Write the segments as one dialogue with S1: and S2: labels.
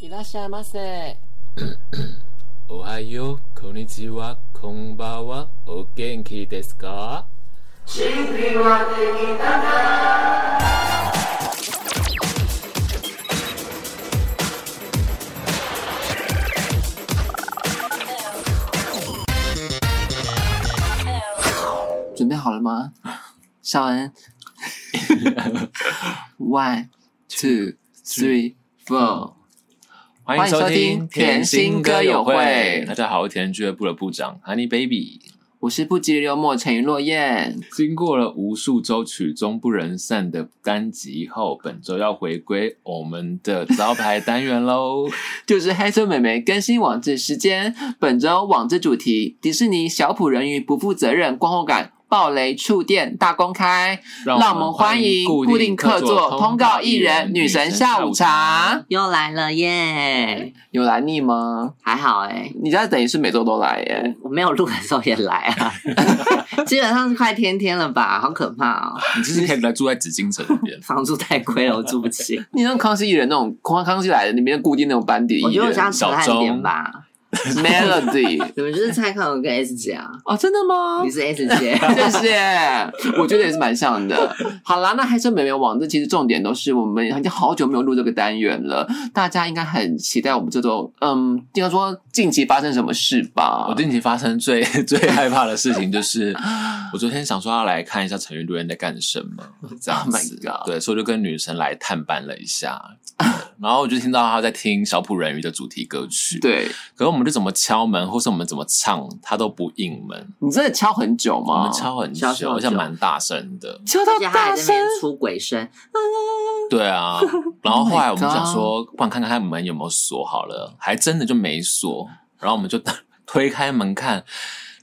S1: いらっしゃいませ。
S2: おはよう、こんにちは、こんばんは、お元気ですか
S1: 准备好了 吗？小 恩，one two three four。
S2: 欢
S1: 迎收听甜心歌友会
S2: 大家好，我是甜俱乐部的部长 Honey Baby。
S1: 我是不及流墨沉鱼落雁。
S2: 经过了无数周曲终不忍散的单集后，本周要回归 我们的招牌单 元喽。
S1: 就是黑色美眉更新网志时间。本周网志主题：迪士尼小普人鱼不负责任，观后感暴雷触电大公开。让我们欢迎固定客座通告艺人女神下午。茶。
S3: 又来了耶！
S1: 有来腻吗？
S3: 还好哎、
S1: 你家等于是每周都来耶。
S3: 我没有录的时候也来啊，基本上是快天天了吧，好可怕哦！。
S2: 你就是可以来住在紫禁城那边
S3: 房租太贵了，我住不起。
S1: 你那种康熙艺人那种，康康熙来了里面固定那种班底
S3: 我
S1: 艺
S3: 觉得我
S1: 人
S3: 像陈汉典吧，
S1: Melody
S3: 你们就是蔡康永跟 S 姐啊，
S1: 哦，真的吗
S3: 你？是 S 姐。
S1: 谢谢，我觉得也是蛮像的。好啦，那黑色美眉网这其实重点都是我们已经好久没有录这个单元了，大家应该很期待我们这周，嗯，应该说近期发生什么事吧？
S2: 我近期发生最最害怕的事情就是，我昨天想说要来看一下陈玉多人在干什么，这样
S1: Oh
S2: 子
S1: my god
S2: 对，所以我就跟女神来探班了一下，对然后我就听到她在听小普人鱼的主题歌曲，，
S1: 对
S2: 可是我们就怎么敲门，或是我们怎么唱，她都不应门，
S1: 你真的敲很久
S2: 我
S1: 吗
S2: 们？敲很久
S3: 敲，多久
S2: 而且蛮大声的，
S1: 敲到
S3: 而且他
S1: 大
S3: 还在那
S1: 声
S3: 边，出鬼声，
S2: 对啊，然 后
S1: Oh my
S2: 后来我们想
S1: god
S2: 说，不然看看他门有没有锁好了，还真的就没锁。然后我们就 推开门看，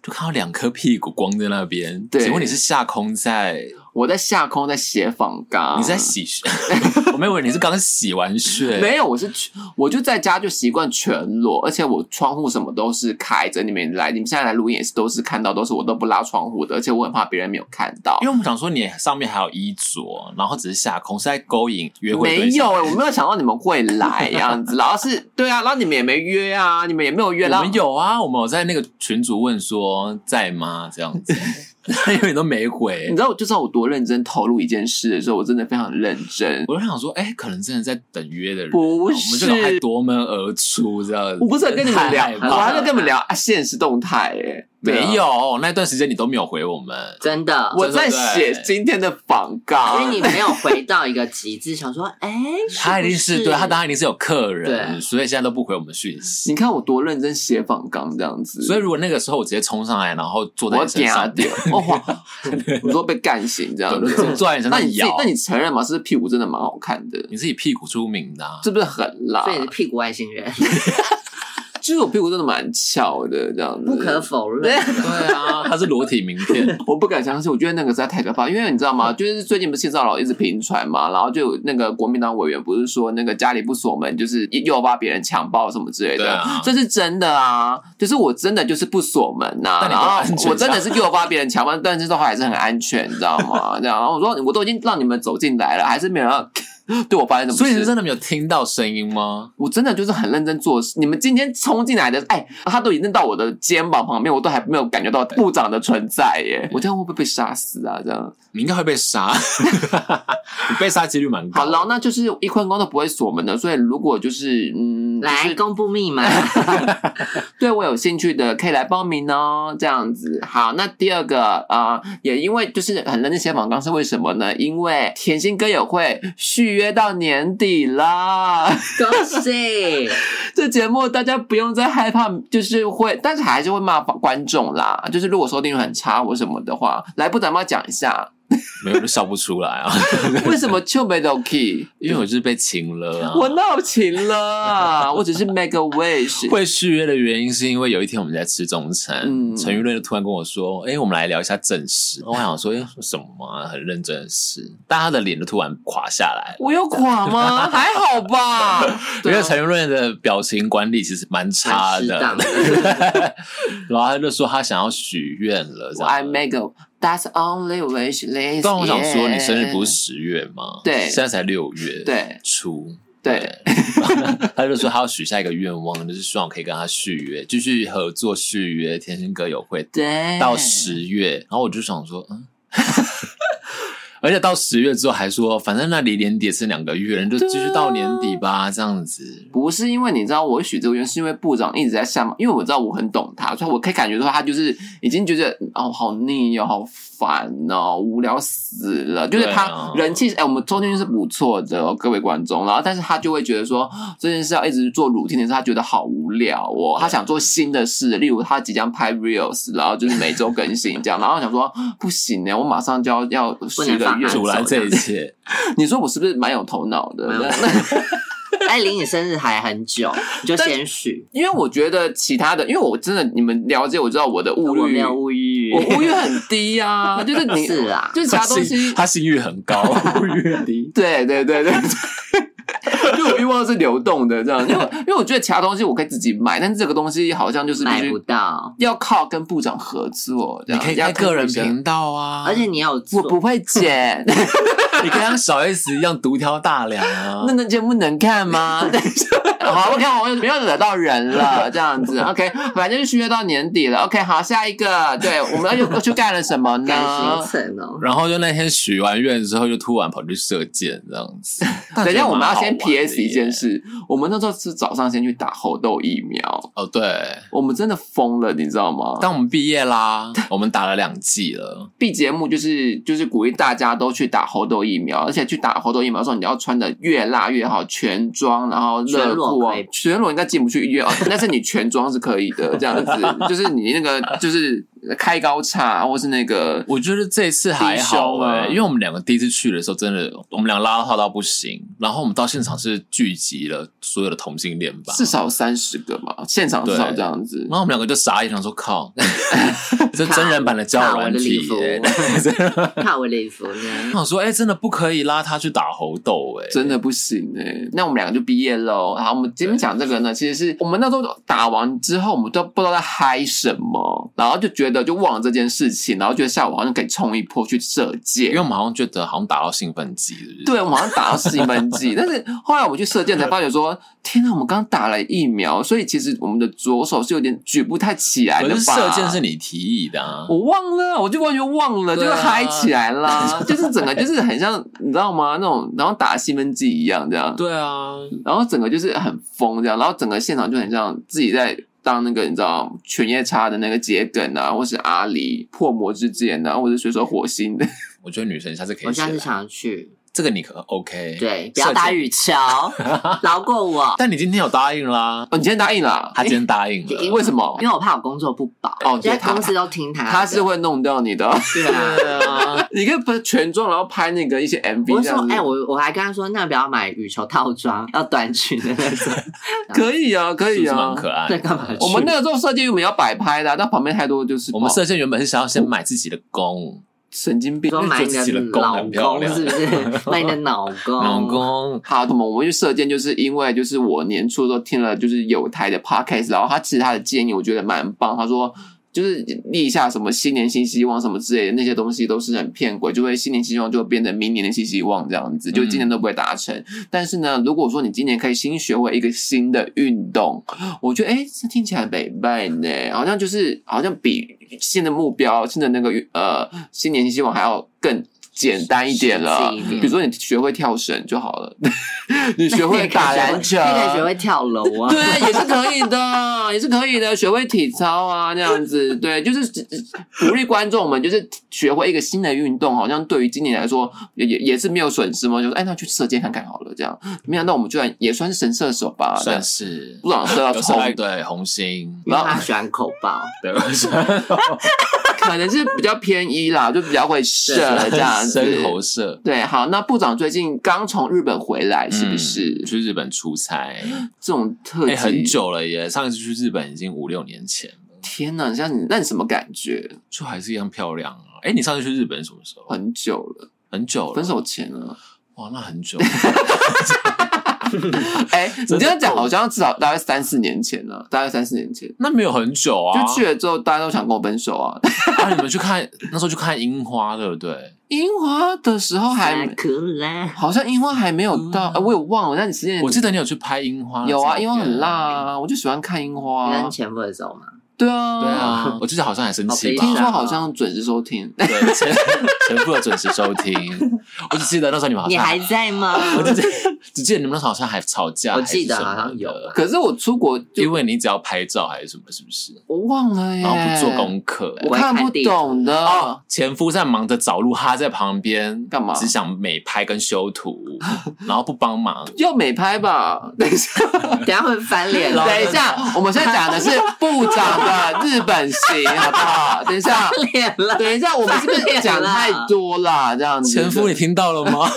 S2: 就看到两颗屁股光在那边。
S1: 对
S2: 请问你是下空在？
S1: 我在下空在写仿纲，
S2: 你在洗血？ 我没有以为你是刚洗完血。
S1: 没有，我是全我就在家就习惯全裸，而且我窗户什么都是开着。你们来，你们现在来录音也是都是看到，都是我都不拉窗户的，而且我很怕别人没有看到
S2: 因。为我们想说你上面还有衣着，然后只是下空是在勾引约会
S1: 没
S2: 对
S1: 有
S2: 象。
S1: 哎、我没有想到你们会来这样子，然后是对啊，然后你们也没约啊，你们也没有约，然后
S2: 我们有啊，我们有在那个群主问说在吗？这样子， 因为你都没回
S1: 你知。道我就知道我多认真投入一件事的时候，我真的非常认真。
S2: 我就想说，哎、可能真的在等约的人，
S1: 不是
S2: 我们就赶快夺门而出这样子。
S1: 我不是有跟你们聊，
S2: 太害怕
S1: 我
S2: 了
S1: 还在跟你们聊啊现实动态哎、对啊
S2: 没，有那段时间你都没有回我们，
S3: 真的。
S1: 我啊在
S2: 对
S1: 写
S2: 对对
S1: 今天的访纲，
S3: 因为你没有回到一个极致，想说，哎、是不
S2: 他一定是
S3: 是
S2: 对他当然一定是有客人，
S3: 对
S2: 所以现在都不回我们讯息。
S1: 你看我多认真写访纲这样子，
S2: 所以如果那个时候我直接冲上来，然后 坐在
S1: 我
S2: 你身
S1: 嗲
S2: 上，
S1: 掉，哦哇，我说被干醒这样
S2: 对
S1: 子。
S2: 坐在你身
S1: 那你自
S2: 上
S1: 己
S2: 咬，，
S1: 那你承认嘛？是不是屁股真的蛮好看的，
S2: 你自己屁股出名的啊、
S1: 是不是很辣
S3: 所？以你是屁股外星人，
S1: 就是我屁股真的蛮翘的这样子，
S3: 不 可否认。
S2: 对啊，他是裸体名片，
S1: 我不敢相信，我觉得那个实在太可怕。因为你知道
S2: 嗯
S1: 吗？就是最近不是性骚扰一直频传嘛，然后就有那个国民党委员不是说那个家里不锁门，就是诱发别人强暴什么之类
S2: 对
S1: 的，
S2: 啊
S1: 这是真的啊。就是我真的就是不锁门呐、
S2: 但你
S1: 然
S2: 都
S1: 后
S2: 安全啊上
S1: 我真的是诱发别人强暴，但是都还是很安全，你知道吗？这样，然后我说我都已经让你们走进来了，还是没有人要 对我发生什么事。
S2: 所以你是真的没有听到声音吗？
S1: 我真的就是很认真做事。你们今天冲进来的，哎，他都已经到我的肩膀旁边，我都还没有感觉到部长的存在耶。我这样会不会被杀死啊？这样
S2: 你应该会 被杀，你被杀几率蛮
S1: 好
S2: 高的。
S1: 了，那就是一坤公都不会锁门的，所以如果就是嗯，就
S3: 来
S1: 是
S3: 公布密码，
S1: 对我有兴趣的可以来报名哦，这样子。好，那第二个啊、呃也因为就是很认真写访纲是为什么呢？因为甜心歌友会续约到年底啦。
S3: 恭喜！
S1: 这节目大家不用再害怕，就是会，但是还是会骂观众啦。就是如果收听率很差或什么的话，来部长帮我讲一 下，
S2: 没有，我就笑不出来啊，
S1: 为什么就没有 key？
S2: 因为我就是被请了、啊。
S1: 我闹情了，我只是 make a wish。
S2: 会续约的原因是因为有一天我们在吃中
S1: 嗯
S2: 餐，陈玉润就突然跟我说：“哎、我们来聊一下正事。”我想说哎什么啊、很认真的事，但他的脸就突然垮下来。
S1: 我有垮吗？还好 吧。
S2: 因
S1: 对啊
S2: 为陈玉润的表情管理其实蛮差的，
S3: 蛮
S2: 然后他就说他想要许愿了，这
S1: 啊 I
S2: 样。
S1: make a that's only wish list。
S2: 但我想说，你生日不是
S1: yeah
S2: 十月吗？
S1: 对
S2: 现在才六月，
S1: 对
S2: 初，
S1: 对，
S2: 他他就说他要许下一个愿望，就是希望我可以跟他续约，继续合作续约天生歌友会
S1: 对，
S2: 到十月，然后我就想说，嗯。 而且到十月之后还说，反正那离年底也剩两个月，你就继续到年底吧，这样子。
S1: 不是因为你知道我许这个愿，是因为部长一直在下嘛，因为我知道我很懂他，所以我可以感觉到他就是已经觉得哦好腻哦，好烦哦，无聊死了。就是
S2: 对啊
S1: 他人气，哎、我们中间是不错的、哦，各位观众。然后，但是他就会觉得说这件事要一直做 routine 的时候，他觉得好无聊哦。他想做新的事，例如他即将拍 reels，然后就是每周更新这样。然后我想说不行欸呢，我马上就要要十个
S3: 放
S1: 月
S3: 慢
S2: 阻
S3: 手
S2: 拦
S3: 这
S2: 这
S3: 样
S2: 一切，
S1: 你说我是不是蛮有头脑的
S3: 蛮有？哎，离你生日还很久，你就先许。
S1: 因为我觉得其他的，因为我真的你们了解，我知道我的物
S3: 我没
S1: 欲，
S3: 有物欲
S1: 我，物欲很低啊，就是你
S3: 是啊
S1: 就是其
S2: 他
S1: 他东西
S2: 性，他性欲 很高，物欲很低。
S1: 对对对对。 对就我欲望是流动的，这样，因为因为我觉得其他东西我可以自己买，但是这个东西好像就是必
S3: 买
S1: 须
S3: 不到，
S1: 要靠跟部长合作，这
S2: 你
S1: 样
S2: 可以
S1: 要
S2: 开个人
S1: 跟部长
S2: 频道啊，
S3: 而且你有
S1: 我
S3: 做，
S1: 不会 剪，
S2: 你可以像小 S 一样独挑大梁啊
S1: 那。那节目能看吗？但是 好，OK，我们不要惹到人 了，这样子，OK，反正就续约到年底了，OK，好，下一个，对，我们要去去干了什么
S3: 赶行
S1: 呢？
S3: 程哦。
S2: 然后就那天许完愿之后，就突然跑去射箭这样子。
S1: 等一下，我们要先
S2: 蛮好玩的耶
S1: PS 一件事，我们那时候是早上先去打猴痘疫苗，
S2: 哦，对，
S1: 我们真的疯了，你知道吗？
S2: 但我们毕 业啦，我们打了两季了，
S1: B 节目就是就是鼓励大家都去打猴痘疫苗，而且去打猴痘疫苗的时候，你要穿的越辣越好，全装，然后热
S3: 全
S1: 裤
S3: 裸
S1: 啊
S3: 可以，
S1: 全裸应该进不去医院，哦但是你全装是可以的，这样子，就是你那个就是开高叉或是那个。
S2: 我觉得这次还
S1: 低
S2: 好
S1: 胸
S2: 哎、
S1: 啊
S2: 因为我们两个第一次去的时候，真的我们俩拉套到不行，然后我们到现场是聚集了所有的同性恋吧，
S1: 至少三十个吧，现场至少这样子
S2: 然。后我们两个就傻眼，想说 靠，这真人版的交友
S3: 看我
S2: 软
S3: 的礼
S2: 体
S3: 服
S2: 耶、，
S3: 看我的礼服
S2: 我
S3: 呢？
S2: 想说，哎、真的不可以拉他去打猴斗哎、
S1: 真的不行哎、那我们两个就毕业喽。好，我们今天讲这个呢，其实是我们那时候打完之后，我们都不知道在嗨什么，然后就觉得就忘了这件事情，然后觉得下午好像可以冲一波去射
S2: 因
S1: 箭
S2: 为。我们好像觉得好像打到兴奋剂，是不是？
S1: 对，我们好像打到西门记，但是后来我们去射箭才发觉说，天哪，我们刚打了疫苗，所以其实我们的左手是有点举不太起来的
S2: 可
S1: 吧？
S2: 是射箭是你提议的啊，
S1: 我忘了，我就完全忘了，就
S2: 对
S1: 是
S2: 啊
S1: 嗨起来 啦，就是整个就是很像，你知道吗？那种然后打西门记一样这样，
S2: 对啊，
S1: 然后整个就是很疯这样，然后整个现场就很像自己在当那个你知道犬夜叉的那个桔梗啊，或是阿狸破魔之剑啊，或者水手火星的，
S2: 我觉得女生下次可
S3: 我
S2: 以
S3: 下次
S2: 写，
S3: 想要去，
S2: 这个你可 OK，，
S3: 对，不要打羽球，饶过我，
S2: 但你今天有答应啦，
S1: 哦，你今天答应了，
S2: 他今天答应
S3: 因
S2: 了，
S1: 为什么？
S3: 因为我怕我工作不保，
S1: 哦对
S3: 在公司都听他的，
S1: 他是会弄掉你 的，
S3: 对啊。
S2: 对啊，
S1: 你可以不全妆，然后拍那个一些 MV
S3: 我
S1: 这
S3: 就
S1: 样，
S3: 说
S1: 子。
S3: 哎、我我还跟他说，那不要买羽球套装，要短裙的那种。
S1: 可以啊，可
S2: 是不
S1: 以
S2: 是
S1: 啊
S2: 蛮。可爱
S3: 在
S2: 的？
S3: 干嘛去？
S1: 我们那个时候设计原本要摆拍的啊，但旁边太多就是
S2: 我们
S1: 不好
S2: 射箭原本是想要先买自己的弓，
S1: 神经病
S3: 你。说买你
S2: 就
S3: 的
S2: 起了功
S3: 老
S2: 很漂
S3: 公
S2: 亮
S3: 是不是？买你的脑
S1: 哦
S3: 公，
S2: 老公，
S1: 好，那么我们去射箭，就是因为就是我年初的时候听了就是有台的 podcast，然后他其实他的建议我觉得蛮棒，他说。就是立下什么新年新希望什么之类的那些东西都是很骗鬼，就会新年新希望就会变成明年的新希望这样子，就今年都不会达成。
S3: 嗯
S1: 但是呢，如果说你今年可以新学会一个新的运动，我觉得哎、诶这听起来北拜呢，好像就是好像比新的目标、新的那个呃新年新希望还要更简单一点了。
S3: 实际一
S1: 比
S3: 点
S1: 如说你学会跳绳就好了， 你学会打篮球，
S3: 你可以学会跳楼啊。
S1: 对，也是可以 的，也是可以的，学会体操啊，那样子，对，就是鼓励观众们，就是学会一个新的运动，好像对于今年来说也也也是没有损失嘛，就是哎，那去射箭看看好了，这样，没想到我们居然也算是神射手吧，这样
S2: 算是
S1: 不朗射到
S2: 有时候
S1: 头，
S2: 对红心，
S3: 因为他喜欢口爆，
S2: 对，我说
S1: 可能是比较偏一啦，就比较会射这样 子。
S2: 生猴射。
S1: 对，好，那部长最近刚从日本回来，是不是？
S2: 嗯去日本出差？
S1: 这种特辑、
S2: 哎、很久了耶！上一次去日本已经五六年前了，
S1: 天呐，像你那你什么感觉？
S2: 就还是一样漂亮啊！哎、你上次去日本什么时候？
S1: 很久了，
S2: 很久了，
S1: 分手前了，
S2: 哇，那很久。
S1: 哎、你
S2: 真的
S1: 这样讲好像至少大概三四年前了，大概三四年前
S2: 那没有很久啊，
S1: 就去了之后，大家都想跟我分手啊。
S2: 啊！你们去看那时候去看樱花，对不对？
S1: 樱花的时候还
S3: 萨克拉，
S1: 好像樱花还没有到，
S2: 嗯
S1: 呃我也忘了。那你时间
S2: 我记得你有去拍樱花的照片，
S1: 有啊，樱花很辣啊，我就喜欢看樱
S2: 哦
S1: 花啊、
S3: 跟前不走嘛，
S1: 对啊，
S2: 对。啊，我记得好像还生气吧
S1: 听
S3: 好悲。
S1: 说好像准时收听，
S2: 对，前 前夫有准时收听，我只记得那时候你们好
S3: 你
S2: 像
S3: 还在吗？
S2: 我只记只记得你们那时候好像还吵架，
S3: 我记得
S2: 还是什么的
S3: 好像有吧
S1: 可是我出国就
S2: 因为你只要拍照还是什么，是不是？
S1: 我忘了耶，
S2: 然后啊不做功课。
S1: 我看不懂的。
S2: 前夫在忙着找路，他在旁边
S1: 干嘛
S2: 只想美拍跟修图， 然后不帮忙。
S1: 要美拍吧，等一下，
S3: 等一下会翻脸
S2: 老
S3: 了。
S1: 等一下，我们现在讲 的是部长的日本行，好不好？等一下，
S3: 翻脸 了，
S1: 等一下，我们是不是讲太多 啦？这样子，
S2: 前夫，你听到了吗？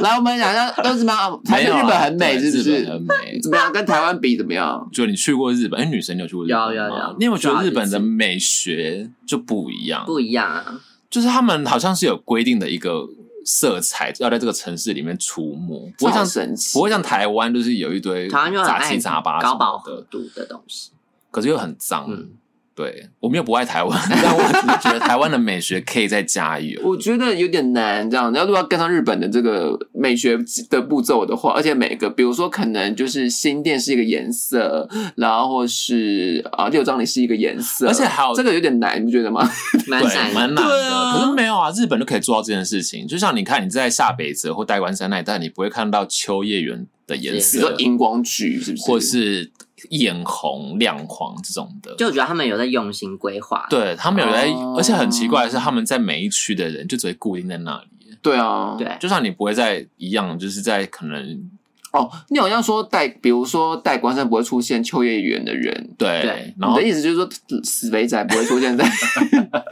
S1: 来，我们讲一下都怎么 样？还
S2: 没
S1: 是
S2: 有啊，
S1: 啊日本很美，
S2: 对
S1: 是不
S2: 日本
S1: 是？
S2: 很美。
S1: 怎么样？跟台湾比怎么样？
S2: 就你去过日本，哎，女生你有去过日本吗
S3: 有有有
S2: 你有没有觉得日本的美学就不一样？
S3: 不一样啊！
S2: 就是他们好像是有规定的一个色彩要在这个城市里面出没，不
S1: 我
S2: 会像
S1: 想神奇，
S2: 不会像台湾就是有一堆
S3: 台湾就很
S2: 杂七
S3: 爱
S2: 杂八什
S3: 搞
S2: 么
S3: 饱和
S2: 的，
S3: 度的东西，
S2: 可是又很脏。
S3: 嗯
S2: 对我没有不爱台湾， 但我只是觉得台湾的美学可以再加油。
S1: 我觉得有点难，这样，要如果要跟上日本的这个美学的步骤的话，而且每个，比如说可能就是新店是一个颜色，然后或是啊六张里是一个颜色，
S2: 而且还有
S1: 这个有点难，你不觉得 吗？
S3: 蛮
S2: 对，
S3: 难的。
S2: 蛮难
S1: 对
S2: 的、
S1: 啊
S2: 可是没有啊，日本就可以做到这件事情。就像你看，你在下北泽或代官山那一带，你不会看到秋叶原的颜
S1: 比如
S2: 色
S1: 说，荧光橘是不是？
S2: 或是艳红、亮黄这种的。
S3: 就我觉得他们有在用心规划，，
S2: 对他们有在，
S1: 哦
S2: 而且很奇怪的是，他们在每一区的人就只会固定在那里，
S1: 对啊，
S3: 对
S2: 就像你不会在一样，就是在可能
S1: 哦，你好像说带，比如说带关山不会出现秋叶原的人。
S2: 对，
S3: 对
S2: 然后
S1: 你的意思就是说，死肥仔不会出 现在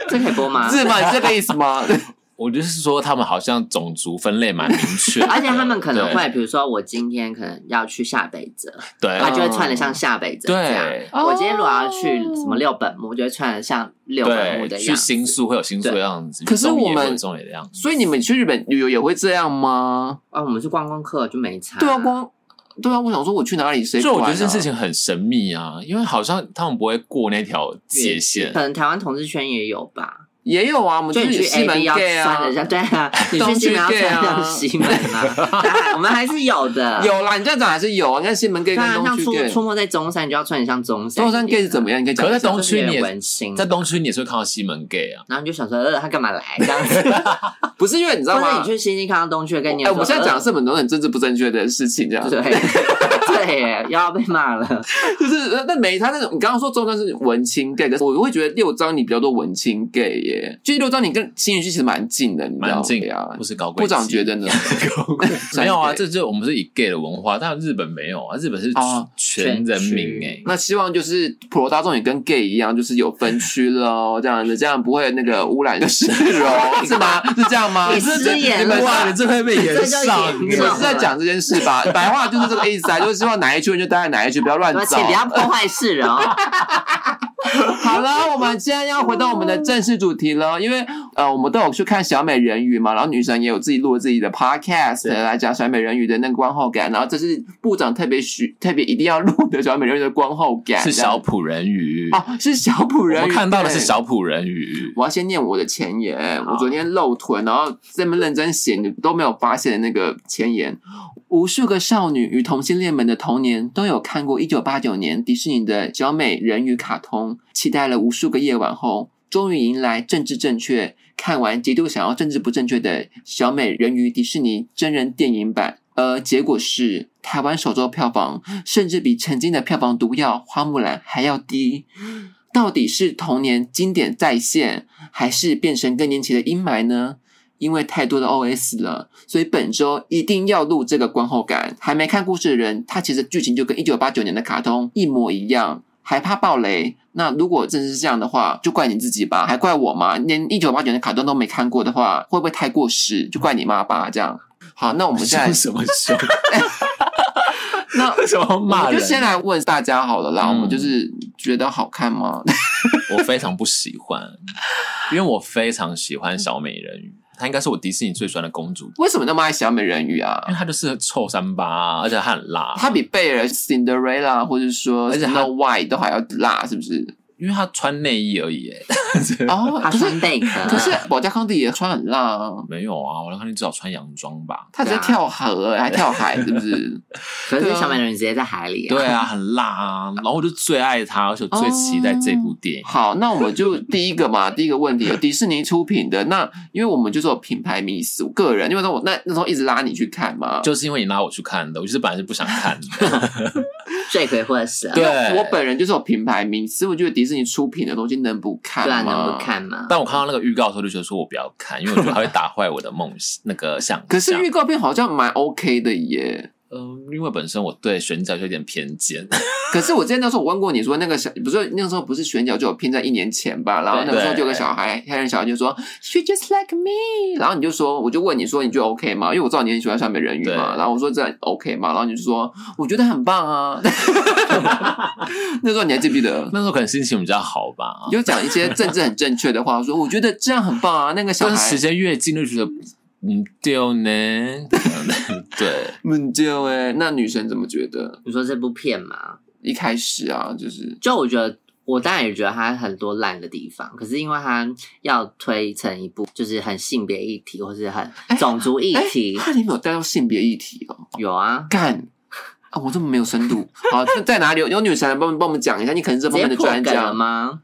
S3: 这可以播
S2: 啊
S3: 吗？
S1: 是吗？你这个意思吗？
S2: 我就是说，他们好像种族分类蛮明确的，
S3: 而且他们可能
S2: 对
S3: 会，比如说我今天可能要去下北泽，
S2: 对
S3: 他就会穿的像下北泽这样。
S2: 对哦
S3: 我今天如果要去什么六本木，我就会穿的像六本木
S2: 对，
S3: 的
S2: 去
S3: 样子。
S2: 新宿会有新宿的样子，
S1: 可是我们
S2: 中野的样子，
S1: 所以你们去日本旅游也会这样吗？
S3: 啊，我们是观光客就没差。
S1: 对啊，光对啊，我想说我去哪里谁、啊？
S2: 就我觉得这件事情很神秘啊，因为好像他们不会过那条界限
S3: 可，能台湾同志圈也有吧。
S1: 也有啊，我们
S3: 就你
S1: 去
S3: 去
S1: 西
S3: A
S1: 门
S3: B 要
S1: gay
S3: 穿
S1: 啊
S3: 的，像对 啊，你
S1: 东
S3: 去
S1: 区
S3: 西门要
S1: gay 啊
S3: 穿的像西门啊，但还我们还是有的。
S1: 有啦，你这样讲还是有啊。你看西门 gay
S3: 对
S1: 跟
S3: 啊，
S1: 东
S3: 像
S1: 区
S3: 出
S1: gay，
S3: 出没在中山，你就要穿的像中山。
S1: 东山 gay 是怎么
S3: 样？
S1: 样？你可以讲
S2: 可
S1: 一下。
S2: 是在东区你也
S3: 文青，
S2: 在东区你也是会看到西门 gay 啊，
S3: 然后你就想说，呃，他干嘛来 这样子？
S1: 不是因为你知道
S3: 或者
S1: 吗
S3: 你？去新地看到东区，跟你
S1: 哎、我们现在讲的
S3: 什
S1: 是很多很政治不正确的事情，这样
S3: 么？对呃对耶，又要被骂 了。
S1: 就是呃那没他那种，你刚刚说中山是文青 gay，可是我会觉得六张你比较多文青 gay 耶，就是六张你跟新宇区其实蛮近的，你知道啊
S2: 蛮近
S1: 呀
S2: 不。是高贵
S1: 部
S2: 气。
S1: 长觉得 呢？
S2: 没有啊，
S1: 山 gay
S2: 这就我们是以 gay 的文化，但日本没有啊，日本是
S1: 哦
S2: 全人民哎、
S1: 那希望就是普罗大众也跟 gay 一样，就是有分区喽，这样子，这样不会那个污染市容， 是吗？是这样吗？
S3: 你失言
S1: 你们是
S2: 哇，你这会被延
S3: 这叫
S2: 上
S3: 严，
S1: 你们是啊在讲这件事 吧？白话就是这个意思啊，就是希望哪一区人就待在哪一区，不要乱
S3: 而
S1: 走
S3: 且。不要破坏哦市容。
S1: 好了，我们现在要回到我们的正式主题了，因为呃，我们都有去看小美人鱼嘛，然后女神也有自己录了自己的 podcast
S2: 对
S1: 来讲小美人鱼的那个观后感，然后这是部长特别许特别一定要录的小美人鱼的观后感，
S2: 是
S1: 这样
S2: 小普人鱼。
S1: 哦，是小普人
S2: 我
S1: 鱼，
S2: 看到的是
S1: 对。
S2: 小普人鱼，
S1: 我要先念我的前言。我昨天露臀，然后这么认真写，你都没有发现的那个前言。无数个少女与同性恋们的童年都有看过1989年迪士尼的《小美人鱼》卡通，期待了无数个夜晚后，终于迎来政治正确。看完极度想要政治不正确的《小美人鱼》迪士尼真人电影版，而结果是台湾首周票房甚至比曾经的票房毒药《花木兰》还要低。到底是童年经典再现，还是变成更年期的阴霾呢？因为太多的 OS 了，所以本周一定要录这个观后感。还没看故事的人，他其实剧情就跟一九八九年的卡通一模一样，还怕暴雷？那如果真是这样的话，就怪你自己吧，还怪我吗？连一九八九年的卡通都没看过的话，会不会太过时？就怪你妈吧，这样。好，那我
S2: 我
S1: 们现 在
S2: 什么凶？
S1: 那
S2: 什么骂
S1: 我
S2: 人？
S1: 就先来问大家好了啦，
S2: 嗯
S1: 我们就是觉得好看吗？
S2: 我非常不喜欢，因为我非常喜欢小美人鱼，她应该是我迪士尼最喜欢的公主，
S1: 为什么那么爱小美人鱼 啊
S2: 因？为她就是臭三八啊，而且她很辣，
S1: 她比贝尔、Cinderella 或者说
S2: 而且她
S1: Snow White 都还要辣，是不是？
S2: 因为她穿内衣而已耶。
S1: 哦，
S3: 他
S1: 可是
S3: 穿贝壳，
S1: 可是保加康帝也穿很辣啊，
S2: 没有啊，我看你至少穿洋装吧。
S1: 他直接
S3: 对啊
S1: 跳河、还跳海，是不 是？
S3: 可
S1: 对
S3: 是
S1: 啊
S3: 小美人鱼直接在海里啊。
S2: 对啊，很辣啊，然后我就最爱她，而且我最期待这
S1: 哦
S2: 部电影。
S1: 好，那我们就第一个嘛，第一个问题，迪士尼出品的那，因为我们就是有品牌迷思，我个人，因为那我那那时候一直拉你去看嘛，
S2: 就是因为你拉我去看的，我就是本来是不想 看的。
S3: 罪魁祸首。
S2: 对
S1: 我本人就是有品牌迷思，我觉得迪士尼出品的东西能不看
S3: 对
S1: 吗？
S3: 啊，能不看吗？
S2: 但我看到那个预告的时候，就觉得说我不要看，因为我觉得它会打坏我的梦 想那个想象。
S1: 可是预告片好像蛮 OK 的耶。
S2: 嗯，因为本身我对选角就有点偏见，
S1: 可是我之前那时候我问过你说那个小，不是那时候不是选角就有偏在一年前吧？然后那个时候就有个小孩，黑人小孩就说 She just like me，然后你就说，我就问你说你觉得 OK 吗？因为我知道你很喜欢小美人鱼嘛，
S2: 对
S1: 然后我说这样 OK 吗？然后你就说我觉得很棒啊。 那时候你还记不记得？
S2: 那时候可能心情比较好吧
S1: 你。就讲一些政治很正确的话，我说我觉得这样很棒啊。那个小
S2: 但
S1: 孩
S2: 是时间越近就觉得，嗯，对 哦呢，对，
S1: 嗯，就哎，那女生怎么觉得？
S3: 你说这部片嘛，
S1: 一开始啊，就是
S3: 就我觉得。我当然也觉得它很多烂的地方，可是因为它要推成一部就是很性别议题或是很种族议题，
S1: 哎哎它里面有带到性别议题哦。
S3: 有啊，
S1: 干啊！我这么没有深度。好，这在 哪里有有女神来帮我们帮我们讲一下？你可能是这
S3: 直
S1: 方面
S3: 接
S1: 的
S3: 破
S1: 专
S3: 梗了
S1: 家？
S3: 吗？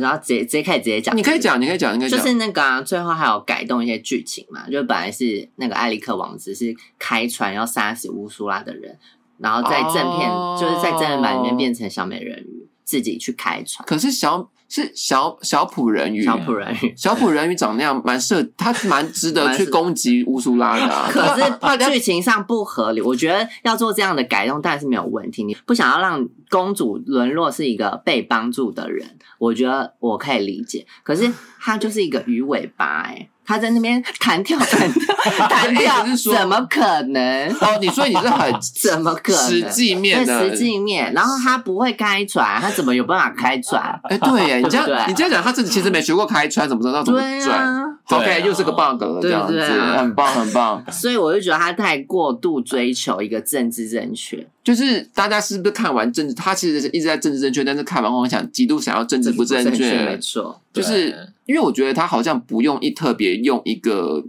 S3: 然后直接直接开始直接讲，
S1: 你可以，讲，你可以讲，你可以
S3: 就
S1: 讲。
S3: 是那个、啊、最后还有改动一些剧情嘛，就本来是那个艾利克王子是开船要杀死乌苏拉的人，然后在正片、
S1: 哦
S3: 就是在真人版里面变成小美人鱼自己去开船，
S1: 可是小是小小普人鱼，
S3: 小普人鱼，
S1: 小普人鱼长那样，蛮适合，他蛮值得去攻击乌苏拉的 啊。
S3: 可
S1: 他
S3: 是
S1: 他
S3: 剧情上不合理，我觉得要做这样的改动当然是没有问题。你不想要让公主沦落是一个被帮助的人，我觉得我可以理解。可是她就是一个鱼尾巴、欸，她在那边弹跳弹跳弹
S1: 哎你是说
S3: 跳，怎么可能？
S1: 哦，你说你是 很
S3: 怎么可能？
S1: 实际面的？
S3: 对实际面，然后她不会开船，她怎么有办法开船
S1: 哎，对耶，你这
S3: 对不
S1: 样
S3: 对
S1: 你这样讲，他自己其实没学过开船，怎么知道怎么
S3: 对
S1: 转
S3: 啊，
S2: 对啊
S1: ？OK，又是个 bug 了，这
S3: 对
S1: 样
S3: 不
S1: 子
S3: 对啊
S1: 很棒，很棒。
S3: 所以我就觉得她太过度追求一个政治正确。
S1: 就是大家是不是看完政治，他其实是一直在政治正确，但是看完后想极度想要政治不正
S3: 政治没
S1: 确，
S3: 错。
S1: 就是因为我觉得他好像不用一特别用一个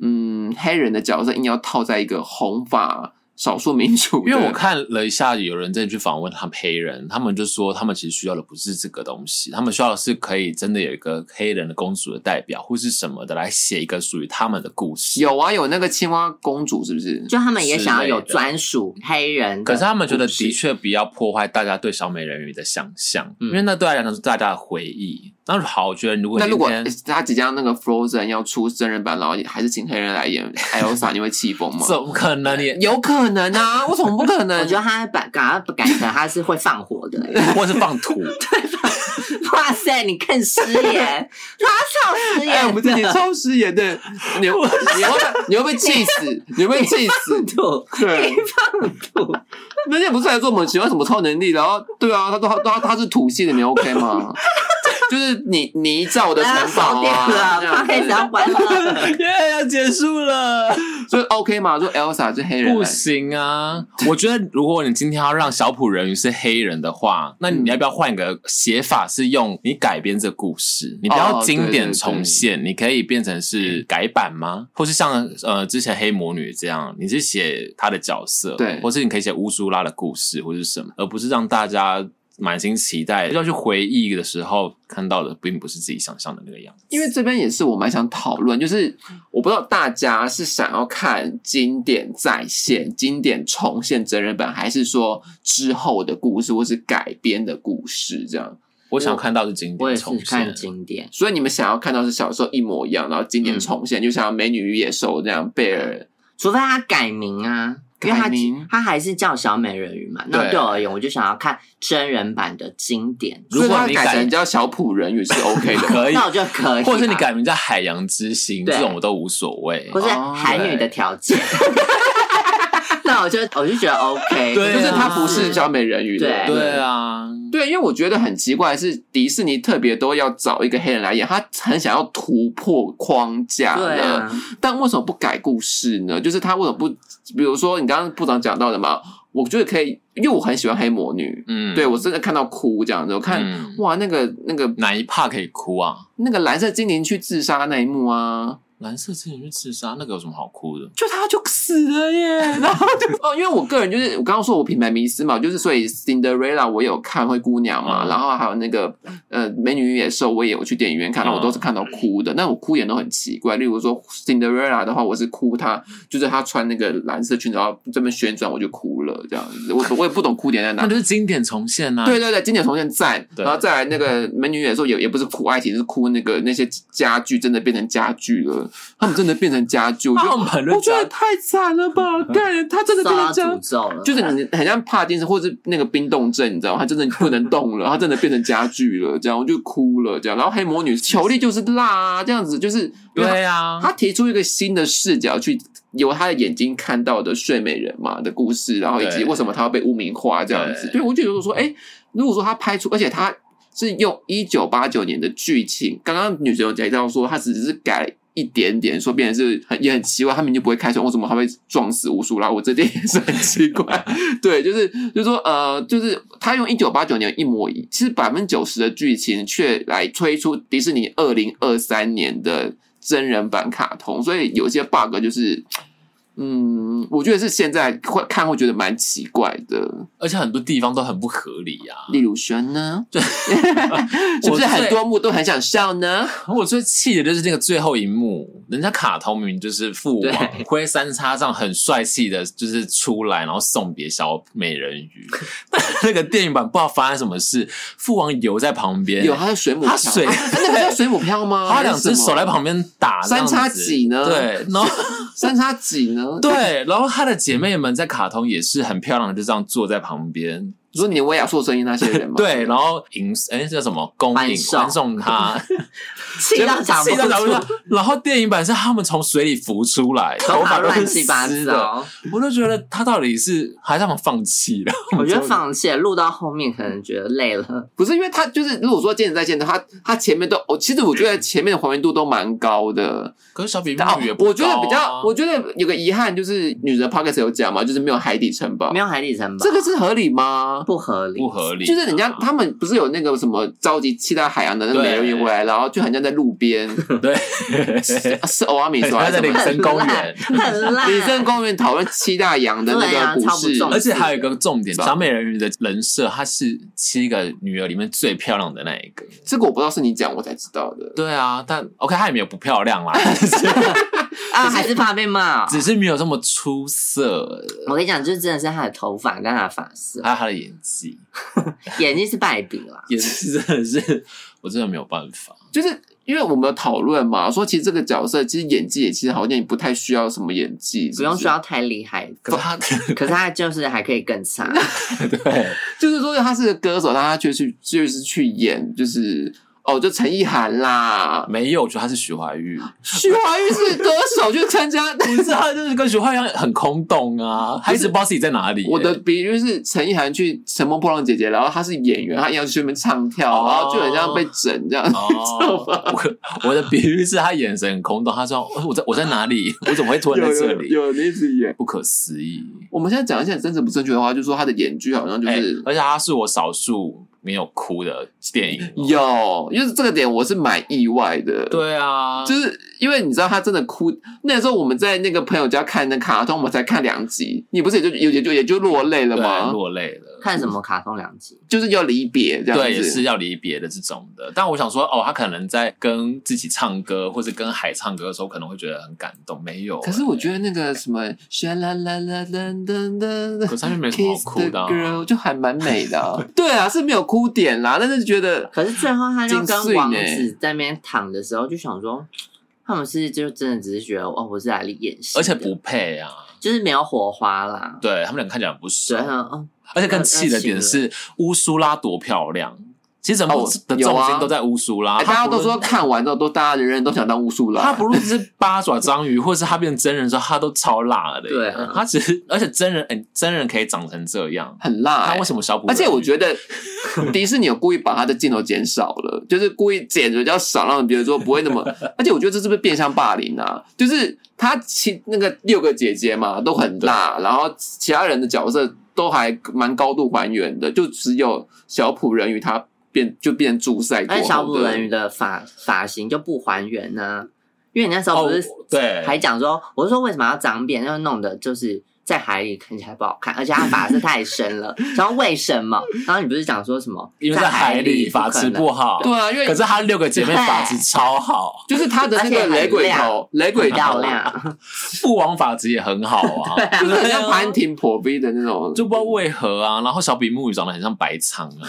S1: 嗯黑人的角色，硬要套在一个红发少数民族的，
S2: 因为我看了一下，有人在去访问他们黑人，他们就说他们其实需要的不是这个东西，他们需要的是可以真的有一个黑人的公主的代表或是什么的来写一个属于他们的故事。，
S1: 有啊有那个青蛙公主是不是？
S3: 就他们也想要有
S2: 之类的
S3: 专属黑人的故
S2: 可
S3: 事，
S2: 是他们觉得的确不要破坏大家对小美人鱼的想象，
S3: 嗯
S2: 因为那对他来讲是大家的回忆。那好，我觉得如果
S1: 那如果
S2: 今天
S1: 他即将那个 Frozen 要出真人版，然后还是请黑人来演 Elsa，你会气疯吗？
S2: 怎么可 能你
S1: 有可能啊，为什么不可能？
S3: 我觉得他把把它改成他是会放火的。
S2: 或是放土？
S3: 哇塞，你更失言，他超失
S1: 哎、我
S3: 言
S1: 们 自己
S3: 的。
S1: 超失言的，你你会你会被气死，你会被气死。
S3: 土，
S1: 对，人家不是来说我们喜欢什么超能力，然后对啊，他说他他他是土系的，你 OK 吗？就是泥泥造的
S3: 大家
S1: 城
S3: 跑
S1: 堡
S3: 掉
S1: 啊，这
S3: 了，
S1: 样
S3: 他开始要
S1: 子
S3: 完了。
S2: 耶，要结束了。
S1: 所以 OK 吗？说 Elsa 是黑人
S2: 不
S1: 来，
S2: 行啊！我觉得如果你今天要让小普人鱼是黑人的话，那
S1: 嗯
S2: 你要不要换个写法？是用你改编这故事，你不
S1: 哦
S2: 要
S1: 对
S2: 经
S1: 对
S2: 典
S1: 对
S2: 重现，你可以变成是改版吗？或是像呃之前黑魔女这样，你是写她的角色，
S1: 对
S2: 或是你可以写乌苏拉的故事或是什么，而不是让大家。满心期待要去回忆的时候，看到的并不是自己想象的那个样子。
S1: 因为这边也是我蛮想讨论，就是我不知道大家是想要看经典再现、经典重现真人版，还是说之后的故事或是改编的故事这样。
S2: 我想看到是经
S3: 我
S2: 典
S3: 也
S2: 重
S3: 是
S2: 现，
S3: 看经典，
S1: 所以你们想要看到是小时候一模一样，然后今
S2: 嗯
S1: 年重现，就像《美女与野兽》那样，贝尔
S3: 除非他改名啊，因为
S1: 改
S3: 他
S1: 名
S3: 他还是叫小美人鱼嘛。那
S2: 对
S3: 对我而言，我就想要看真人版的经典，
S2: 如果
S1: 所以
S2: 你
S1: 它改
S2: 改
S1: 成叫小普人 鱼是 OK 的。
S2: 可以
S3: 那我就可以
S2: 或
S3: 吧，
S2: 者是你改名叫海洋之星，
S3: 对
S2: 这种我都无所谓。
S3: 不是
S1: 哦
S3: 海女的条件。 那我就我就觉得 OK，嗯
S2: 对啊
S1: 就是它不是小美人鱼的，
S3: 对
S2: 对啊，
S1: 对，对，因为我觉得很奇怪，是迪士尼特别都要找一个黑人来演，他很想要突破框架
S3: 对
S1: 的，
S3: 啊，
S1: 但为什么不改故事呢？就是他为什么不，比如说你刚刚部长讲到的嘛，我觉得可以，因为我很喜欢黑魔女，
S2: 嗯，
S1: 对我真的看到哭这样子，我看、
S2: 嗯
S1: 哇，那个那个
S2: 哪一怕可以哭啊？
S1: 那个蓝色精灵去自杀那一幕啊，
S2: 蓝色之前去自杀，那个有什么好哭的？
S1: 就他就死了耶， 然后就哦，因为我个人就是我刚刚说我品牌迷失嘛，就是所以 Cinderella 我有看灰姑娘嘛，
S2: 嗯
S1: 然后还有那个呃美女与野兽我也有去电影院看，
S2: 嗯
S1: 那我都是看到哭的，那我哭点都很奇怪，例如说 Cinderella 的话，我是哭她就是她穿那个蓝色裙子，然后这边旋转我就哭了这样子，我我也不懂哭点在哪
S2: 那。就是经典重现呐、啊。
S1: 对对对，经典重现赞，
S2: 对
S1: 然后再来那个美女与野兽也也不是哭爱情，是哭那个那些家具真的变成家具了，他们真的变成家具，我觉得
S2: 他们本人
S1: 我觉得太惨了吧！ 干，他真的
S3: 受
S1: 变成
S3: 到
S1: 这样
S3: 诅，咒了，
S1: 就是你很像帕金森或者是那个冰冻症，你知道吗？他真的不能动 了，他真的变成家具了，这样我就哭了，这样。然后黑魔女球力就是辣啊，这样子就是
S2: 对啊，
S1: 他提出一个新的视角去。由他的眼睛看到的睡美人嘛的故事，然后以及
S2: 对
S1: 为什么他要被污名化这样子，
S2: 对
S1: 对我就觉得说，哎、如果说他拍出，而且他是用一九八九年的剧情，刚刚女神有讲到说，他只是改一点点，说变成是很也很奇怪，他明明就不会开船，为什么他会撞死乌苏拉？我这点也是很奇怪。对，就是就是说呃，就是他用一九八九年一模一，是百分之九十的剧情，却来推出迪士尼二零二三年的真人版卡通，所以有些 bug 就是。嗯，我觉得是现在会看会觉得蛮奇怪的。
S2: 而且很多地方都很不合理啊。
S1: 例如轩呢， 是不是很多幕都很想笑呢？
S2: 我最气的就是那个最后一幕，人家卡通明明就是父王
S3: 对
S2: 挥三叉杖很帅气的，就是出来然后送别小美人鱼， 但那个电影版不知道发生什么事，父王游在旁边，
S1: 有，他是水母
S2: 他
S1: 漂，
S2: 水
S1: 啊那个叫水母漂吗？
S2: 他两只
S1: 还是什么
S2: 手在旁边打这样子
S1: 三叉戟呢
S2: 对，然后
S1: 三叉戟呢？，
S2: 对，然后他的姐妹们在卡通也是很漂亮的，就这样坐在旁边，
S1: 你说你维亚硕声音那些人吗？
S2: 对，然后迎哎这叫什么恭迎
S3: 欢送
S2: 欢送他，
S3: 气到讲 不
S2: 气到讲不
S3: 出，
S2: 出然后电影版是他们从水里浮出来，
S3: 头发
S2: 都是
S3: 乱七八
S2: 湿的，
S3: 糟。
S2: 我就觉得他到底是还是他们放弃了？
S3: 我觉得放弃了，录到后面可能觉得累了。
S1: 不是因为他就是，如果说见人在线的，他他前面都，我、其实我觉得前面的还原度都蛮高的。
S2: 可是小比目
S1: 但哦
S2: 鱼也，不
S1: 我觉
S2: 高
S1: 得
S2: 啊
S1: 比较，我觉得有个遗憾就是，女人 p o c k e t 有讲嘛，就是没有海底城堡
S3: 没，有海底城堡，
S1: 这个是合理吗？
S3: 不合理
S2: 不。合理，
S1: 就是人家他们不是有那个什么召集期待海洋的那个美人鱼回来，然后就很像在路边，
S2: 对，
S1: 啊是哦欧阿米索还
S2: 他
S1: 是
S2: 在
S1: 什
S2: 林
S1: 么？
S2: 森公园。
S3: 很烂，
S1: 林森公园讨论七大洋的那
S3: 对啊
S1: 个
S3: 超
S1: 故
S3: 不
S1: 事，
S3: 重
S2: 而且还有一个重点，
S1: 是吧
S2: 小美人鱼的人设，她是七个女儿里面最漂亮的那一个。
S1: 这个我不知道是你讲我才知道的。
S2: 对啊，但 OK，她也没有不漂亮啦，只是
S3: 啊，还是怕被骂。
S2: 只是没有这么出色，
S3: 我跟你讲，就真的是他的头发跟他的发色，
S1: 啊
S2: 还有她的演技，
S3: 眼睛是败笔啦。
S2: 演技真的是我真的没有办 法。
S1: 就是因为我们有讨论嘛，说其实这个角色其实演技也其实好像也不太需要什么演技，
S3: 不用
S1: 是是
S3: 说，要太厉害，
S2: 可 是她
S3: 可是他就是还可以更差。
S2: 对，
S1: 就是说他是个歌手，但他却去就是去演就是。哦，就陈意涵 啦，
S2: 没有，我觉得她是徐怀钰，
S1: 徐怀钰是歌手去参 加。
S2: 不是她就是跟徐怀钰一样很空洞啊，她一直不知道自己在哪里、欸
S1: 我的比喻是陈意涵去《乘风破浪姐姐》，然后她是演员，她一样去那边唱跳，
S2: 哦
S1: 然后就很像被整这样。
S2: 哦，我我的比喻是她眼神很空洞，她说呃我在我在哪里， 我怎么 会突然在这里？
S1: 有那次演。
S2: 不可思议，
S1: 我们现在讲一下真实不正确的话，就说她的演技好像就
S2: 哎、
S1: 是
S2: 而且她是我少数没有哭的电影
S1: 嗯
S2: 哦，
S1: 有，就是这个点我是蛮意外的。。
S2: 对啊，
S1: 就是因为你知道他真的哭，那时候我们在那个朋友家看那卡通，我们才看两集，你不是也就也也就也就落泪了
S2: 对啊
S1: 吗？
S2: 落泪了。
S3: 看什么卡通两集？
S1: 就是要离别这样子。
S2: 对，也是要离别的这种的。但我想说，哦，她可能在跟自己唱歌，或者跟海唱歌的时候，可能会觉得很感动。没有、欸
S1: 可是我觉
S2: 得，
S1: 得那个什么，啦啦啦啦噔噔
S2: 可是
S1: 噔
S2: 上面没什么好
S1: ，Kiss
S2: 哭
S1: the
S2: 的啊、
S1: girl 就还蛮美的啊、对啊，是没有哭点啦，但是觉得
S3: 可是最后他就
S1: 金
S3: 跟
S1: 穗
S3: 王
S1: 呢
S3: 子在那边躺的时候，就想说，他们是就真的只是觉得哦，我是来演戏的，
S2: 而且不配啊。
S3: 就是没有火花啦。
S2: 对他们两个看起来很不
S3: 对，
S1: 啊
S2: 熟，
S3: 嗯，
S2: 而且更气的点是乌苏拉多漂亮。其实整部
S1: 哦
S2: 的
S1: 有
S2: 重
S1: 啊
S2: 心都在乌苏拉，
S1: 哎
S2: 她
S1: 大家
S2: 不
S1: 都
S2: 论
S1: 说看完之后都大家人人都想当巫术啦。
S2: 他不论是八爪章鱼，或者是他变成真人之后，他都超辣的耶。欸
S3: 对啊
S2: 他只是而且真人，哎、真人可以长成这样，
S1: 很辣、
S2: 他
S1: 欸
S2: 为，什么小普？
S1: 而且我
S2: 得
S1: 觉得迪士尼有故意把他的镜头减少了， 就是故意剪的比较少，让别人说不会那 么。而且我觉得这是不是变相霸凌啊？就是他其那个六个姐姐嘛都很辣，然后其他人的角色都还蛮高度还原的，就只有小普人鱼他变就变驻赛过
S3: 而
S1: 后
S3: 且
S1: 的。
S3: 哎小捕人鱼的发发型就不还原呢、因为你那时候不是
S2: 哦对
S3: 还讲说，我是说为什么要脏辫，就弄的就是在海里看起来不好看，而且它发色太深了，然后为什么？然后你不是讲说什么？
S2: 因为
S3: 在
S2: 在海
S3: 里
S2: 里发
S3: 可
S2: 质
S3: 能
S2: 不好，
S1: 对啊，因为
S2: 可是她六个姐妹发质超好，
S1: 就是他的那
S3: 而且
S1: 个
S3: 很
S1: 雷鬼头，雷鬼头
S3: 漂亮，
S2: 父王发质也很好 啊，
S1: 就是很像潘婷破逼的那种，
S2: 就不知道为何啊。然后小比目鱼长得很像白苍 啊，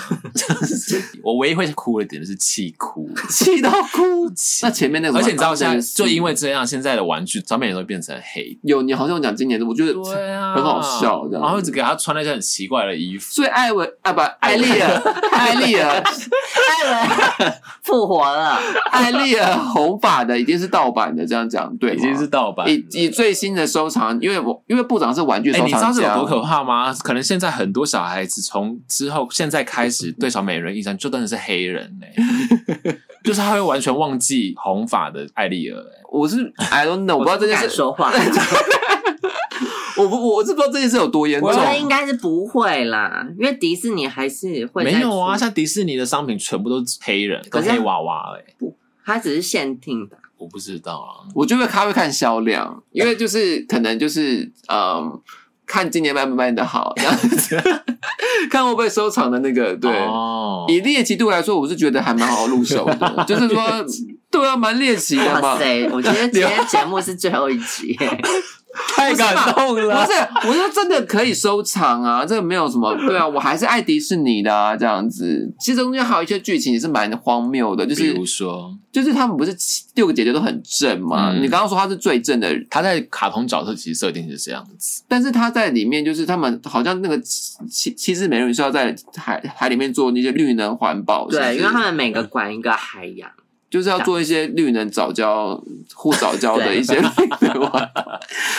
S2: 我唯一会哭的点就是气 哭。
S1: 气到哭。那前面那个，
S2: 而且你知道，现
S1: 真
S2: 在
S1: 的是
S2: 就因为这样，现在的玩具上面也都变成黑，
S1: 有你好像有讲今年的，我觉得
S2: 对啊，
S1: 很好笑这样
S2: 然后一直给他穿那些很奇怪的衣服，
S1: 所以艾文啊不，艾 丽尔，艾丽尔，
S3: 艾伦复活了，
S1: 艾丽尔红发的已经是盗版的，这样讲对吗啊
S2: 已经是盗版了。
S1: 以以最新的收藏，因为我因为部长是玩具
S2: 哎、
S1: 收
S2: 你知道
S1: 藏
S2: 这有
S1: 家，
S2: 多可怕吗？可能现在很多小孩子从之后现在开始对小美人印象就真的是黑人嘞、 就是他会完全忘记红发的艾丽儿、欸，
S1: 我是 I don't know，我不知道这件
S3: 敢
S1: 事，
S3: 说话，
S1: 我不我是不知道这件事有多严重
S3: 我觉。得应该是不会啦，因为迪士尼还是会再
S2: 没有啊，
S3: 出，
S2: 像迪士尼的商品全部都是黑人
S3: 可
S2: 跟
S3: 是他
S2: 黑娃娃、欸，
S3: 它只是限定的，
S2: 我不知道啊，
S1: 我觉得他会看销量，因为就是可能就是嗯，看今年卖不卖的好，这样子， 看会不会收藏的那个对。
S2: 哦，
S1: 以猎奇度来说，我是觉得还蛮好入手的， 就是说，对啊，蛮猎奇的嘛
S3: 哇。塞！我觉得今
S1: 啊
S3: 天节目是最后一集，
S2: 太感动
S1: 不
S2: 了，
S1: 是，我说真的可以收藏啊，这个没有什么，对啊，我还是爱迪士尼的啊，这样子。其实中间还有一些剧情也是蛮荒谬的，就
S2: 比
S1: 是
S2: 如说。
S1: 就是他们不是七六个姐姐都很正嘛？
S2: 嗯
S1: 你刚刚说她是最正的人，
S2: 他在卡通角色其实设定是这样子，
S1: 但是她在里面就是他们好像那个七七七只美人鱼是要在海海里面做那些绿能环保，是不
S3: 对，
S1: 是
S3: 因为他们每个管一个海洋，
S1: 就是要做一些绿能早教、护早教的一 些对吧？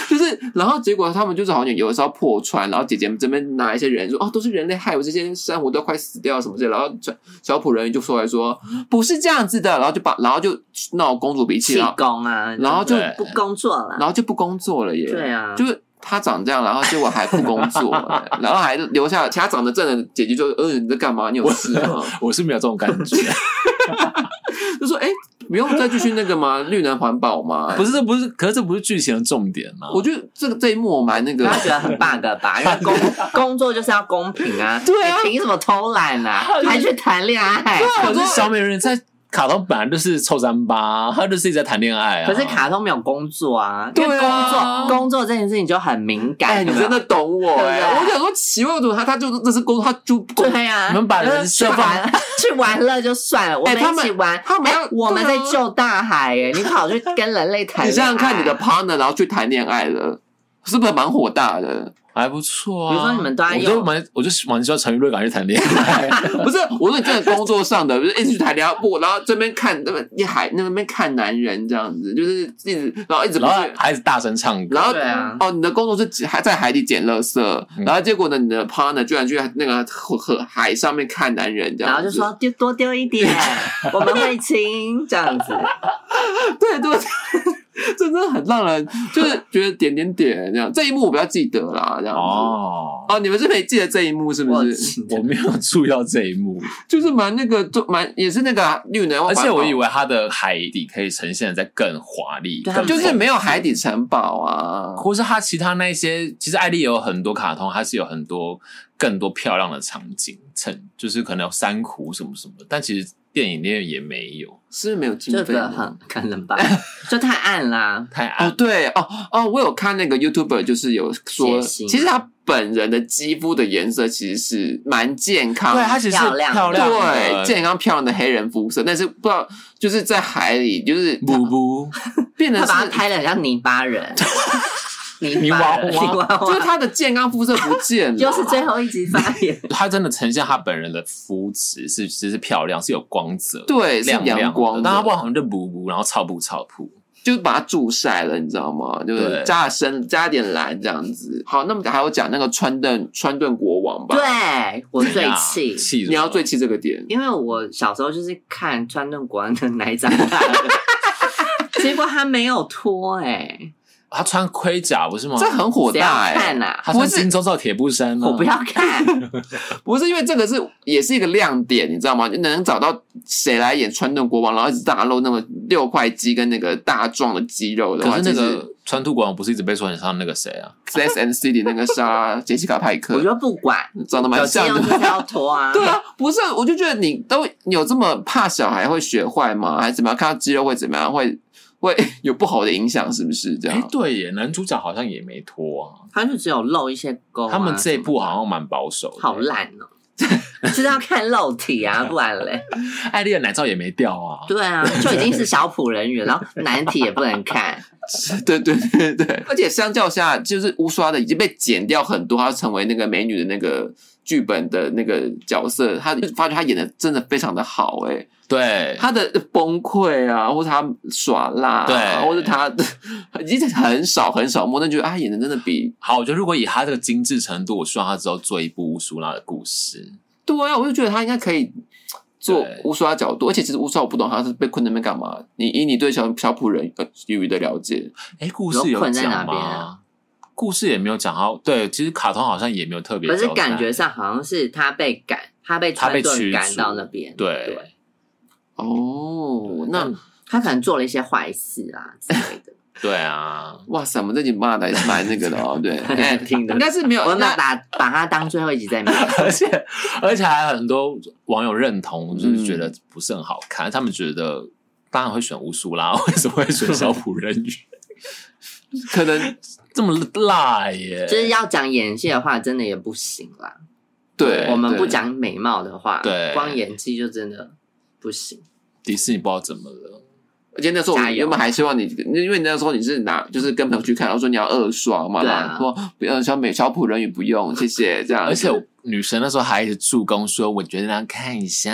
S1: 就是，然后结果他们就是好像有的时候破船，然后姐姐们这边拿一些人说哦，都是人类害我这些珊瑚都快死掉什么之类的，然后小小普人鱼就说来说不是这样子的，然后就把然后就闹公主脾气，啊
S3: 气
S1: 然后
S3: 功啊，
S1: 然后就
S2: 对
S3: 不工作了。
S1: 然后就不工作了耶，
S3: 对啊，
S1: 就是他长这样，然后结果还不工作， 然后还留下其他长得正的姐姐就呃你在干嘛？你有事吗？
S2: 我是没有这种感 觉，
S1: 就说哎、不用再继续那个吗？绿能环保 吗？
S2: 不是这不是，可是这不是剧情的重点啊吗？
S1: 我觉得这个这一幕我蛮那个，
S3: 他觉得很 bug 吧，因为工 工作就是要公平啊，
S1: 对啊
S3: 你凭什么偷懒 啊，还去谈恋爱？
S1: 啊
S2: 可是小美人鱼在卡通本来就是臭三八，她就是一直在谈恋爱啊。
S3: 可是卡通没有工作啊，
S1: 对
S3: 因为工
S1: 啊
S3: 作工作这件事情就很敏感，
S1: 哎，你
S3: 有没有
S1: 真的懂我哎、
S3: 对不对啊
S1: 我想说奇怪，怎么他他就这是工，他就工，
S3: 对呀，
S2: 你们把人
S3: 去
S2: 设放
S3: 玩去玩了 就算了，我
S1: 哎他
S3: 们一
S1: 们
S3: 起玩，
S1: 他们
S3: 哎
S1: 要
S3: 我们
S1: 对
S3: 在
S1: 啊
S3: 救大海耶，你跑去跟人类谈，
S1: 你想想看，你的。partner 然后去谈恋爱了，是不是蛮火大的？
S2: 还不错啊。
S3: 比如说你们都在
S2: 我
S3: 用
S2: 就蛮，我就蛮希望陈玉瑞赶去谈恋 爱。
S1: 不是，我说你真的工作上的，就是一直去谈恋爱，不，然后这边看那边一海那边看男人这样子，就是一直然后一直不
S2: 然后
S1: 是，
S2: 还是大声唱歌
S1: 然，后
S3: 对啊
S1: 哦，你的工作是还在海底捡垃圾，然后结果呢，你的 partner 居然去那个河河海上面看男人这样
S3: 然
S1: 子，
S3: 后就说丢多丢 一点，我们会亲这样子，
S1: 对对，对真的很让人就是觉得点点点这样。这一幕我比较记得啦，这样子。哦
S2: 哦，
S1: 你们是没记得这一幕是不
S3: 我
S1: 是？
S2: 我没有注意到这一 幕，
S1: 就是蛮那个，就蛮也是那个啊绿能，
S2: 而且我以
S1: 为
S2: 为他的海底可以呈现的再更华丽，
S3: 对
S2: 更
S3: 他们
S1: 就是没有海底城堡啊，
S2: 或是他其他那一些，其实艾丽也有很多卡通，它是有很多更多漂亮的场景，衬就是可能有珊瑚什么什么的，但其实电影里面也没有，
S1: 是不是没有经
S3: 这
S1: 费
S3: 个
S1: 呢。
S3: 很可能吧，就太 暗啦。
S2: 太暗
S1: 哦，对哦哦，我有看那个 YouTuber，就是有说，
S3: 解析
S1: 其实他本人的肌肤的颜色其实是蛮健康的，
S2: 对，它其实是
S3: 漂亮
S2: 漂亮
S1: 对
S2: 的，
S1: 健康漂亮的黑人肤色，但是不知道就是在海里，就是
S2: 布布，
S1: 变
S3: 他
S1: 得
S3: 把
S1: 是
S3: 它拍的很像泥巴人， 泥巴人
S2: 泥娃
S3: 泥娃
S1: 就是
S3: 娃，
S1: 他的健康肤色不见了，
S3: 就是最后一集发言。
S2: 他真的呈现他本人的肤质是其实是漂亮，是有光泽，
S1: 对是
S2: 亮亮
S1: 阳
S2: 的
S1: 光的，
S2: 但他不好像就布布，然后超布超布，
S1: 就把它注晒了，你知道吗？就是
S2: 对
S1: 加了深，加点蓝这样子。好，那么还有讲那个川顿川顿国王吧，，
S3: 对我最
S2: 呀
S3: 气，
S2: 气死
S1: 你要
S2: 了
S1: 最啊气这个点，
S3: 因为我小时候就是看川顿国安的奶长大的， 结果他没有脱哎、
S2: 他穿盔甲不是吗？
S1: 这很火
S3: 谁要
S1: 大哎、嗯
S3: 看啊？
S2: 他穿
S1: 不是
S2: 金钟罩铁布衫吗？
S3: 我不要看，
S1: 不是因为这个是也是一个亮点，你知道吗？能找到谁来演川顿国王，然后一直大露那么六块肌跟那个大壮的肌肉的
S2: 可
S1: 话，
S2: 是那
S1: 啊就是
S2: 个川兔国王不是一直被说很像那个谁啊？
S1: Sex and City 那个莎 杰西卡派
S3: 我
S1: 克
S3: 就不管，
S1: 长得
S3: 有
S1: 蛮
S3: 肌
S1: 像
S2: 哦
S3: 肉就是
S1: 的。
S3: 要脱啊。
S1: 对啊，不是，我就觉得你都有这么怕小孩会学坏吗？还是怎么样？看到肌肉会怎么样？会 会有不好的影响，是不是这
S2: 哎
S1: 样，？
S2: 对耶，男主角好像也没脱啊。
S3: 他就只有露一些沟啊、
S2: 他们这一部好像蛮保守的，
S3: 好。烂哦、就是要看肉体啊，不然嘞，
S2: 艾丽的奶罩也没掉啊。
S3: 对啊，就已经是小普人员，然后男体也不能看，
S1: 对对对对，而且相较下，就是乌刷的已经被剪掉很多，她成为那个美女的那个剧本的那个角色，她发觉她演的真的非常的好、欸，哎，
S2: 对，
S1: 她的崩溃啊，或者她耍辣、啊，
S2: 对
S1: 或者她 已经很少很少摸，但觉得啊，她演的真的比
S2: 好，我觉得如果以他这个精致程度，我希望他之后做一部乌苏拉的故事。
S1: 对啊，我就觉得她应该可以。做
S2: 对
S1: 乌刷的角度，而且其实乌刷我不懂她是被困在那边干嘛。你以你对小小普人呃鱼的了解，
S2: 哎，故事
S3: 有困在哪
S2: 讲
S3: 边
S2: 吗
S3: 啊？
S2: 故事也没有讲到，对，其实卡通好像也没有特别
S3: 可
S2: 交代，
S3: 是感觉上好像是他被赶，他被
S2: 他
S3: 川
S2: 被
S3: 顿
S2: 驱
S3: 赶
S2: 逐
S3: 到那边，
S2: 对，
S1: 哦，那
S3: 他可能做了一些坏事啊之类的。
S2: 对啊，
S1: 哇塞，我们这集骂的也是蛮那个的 哦，对，哎
S3: 听的
S1: 应该是没有
S3: 我，们
S1: 那
S3: 把把它当最后一集再骂。
S2: 而且而且还有很多网友认同，就是觉
S3: 嗯
S2: 得不是很好看，他们觉得当然会选乌苏拉， 为什么会选小普人鱼？
S1: 可能
S2: 这么辣耶！
S3: 就是要讲演戏的话，真的也不行啦。
S1: 对，
S3: 我们不
S1: 对，
S3: 讲美貌的话，
S2: 对
S3: 光演技就真的不行。
S2: 迪士尼不知道怎么了，
S1: 而且那时候我
S3: 加
S1: 们
S3: 油
S1: 原本还希望你，因为你那时候你是拿就是跟朋友去看，然后说你要二刷嘛，
S3: 对啊
S1: 然后说不要小美小普人鱼不用，谢谢这样，
S2: 而且女神那时候还一直助攻说，我觉得要看一下，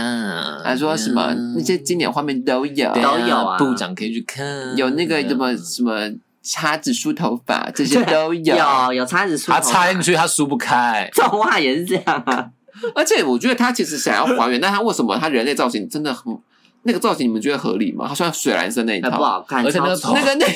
S1: 还说什么
S2: 嗯
S1: 那些经典画面都有，
S2: 对
S3: 都有啊
S2: 部长可以去看，
S1: 有那个
S3: 嗯
S1: 什么什么叉子梳头 发这些都有，啊
S3: 有有叉子梳头
S2: 他
S3: 发，
S2: 插进去，他梳不开，
S3: 动画也是这样啊。
S1: 而且我觉得他其实想要还原，但他为什么他人类造型真的很那个造型你们觉得合理吗？他穿水蓝色那一
S3: 还
S1: 套，
S3: 不好看，
S2: 而且那个
S3: 超丑
S2: 头
S1: 那个 那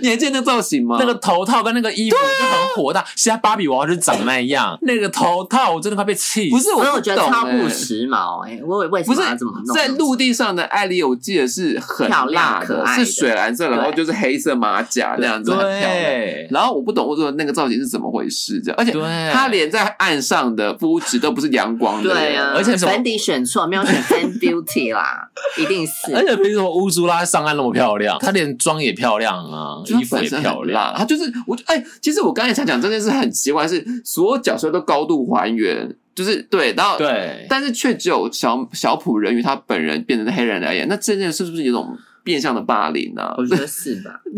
S1: 你还记得那造型吗？
S2: 那个头套跟那个衣服
S1: 啊
S2: 就很火大。现在芭比娃娃就是长那 样，那个头套我真的快被气死。
S1: 不是，
S3: 所以
S1: 不
S3: 我觉得
S1: 懂
S3: 超
S1: 欸
S3: 不时髦哎，我为什
S1: 不是
S3: 么要这么弄？
S1: 在陆地上的艾莉，我记得是很
S3: 漂亮
S1: 辣
S3: 可爱的
S1: 是水蓝色，然后就是黑色马甲这样子，很漂亮。
S2: 对，
S1: 然后我不懂，我说那个造型是怎么回事，这样，而且
S2: 对
S1: 他连在岸上的肤质都不是阳光的，
S3: 对啊，
S2: 而且什么
S3: Fendi 选错，没有选 Fan Beauty 啦， 一定是
S2: 而且凭什么乌苏拉上岸那么漂亮？她连妆也漂亮啊，
S1: 就
S2: 衣
S1: 是
S2: 服
S1: 本
S2: 也
S1: 身
S2: 漂
S1: 很
S2: 亮。
S1: 辣，他就是我就哎、其实我刚才想讲这件事很奇怪，是所有角色都高度还原，就是对，然后
S2: 对，
S1: 但是却只有小小普人鱼他本人变成黑人来演，那这件事是不是有种变相的霸凌呢、啊？
S3: 我觉得是吧？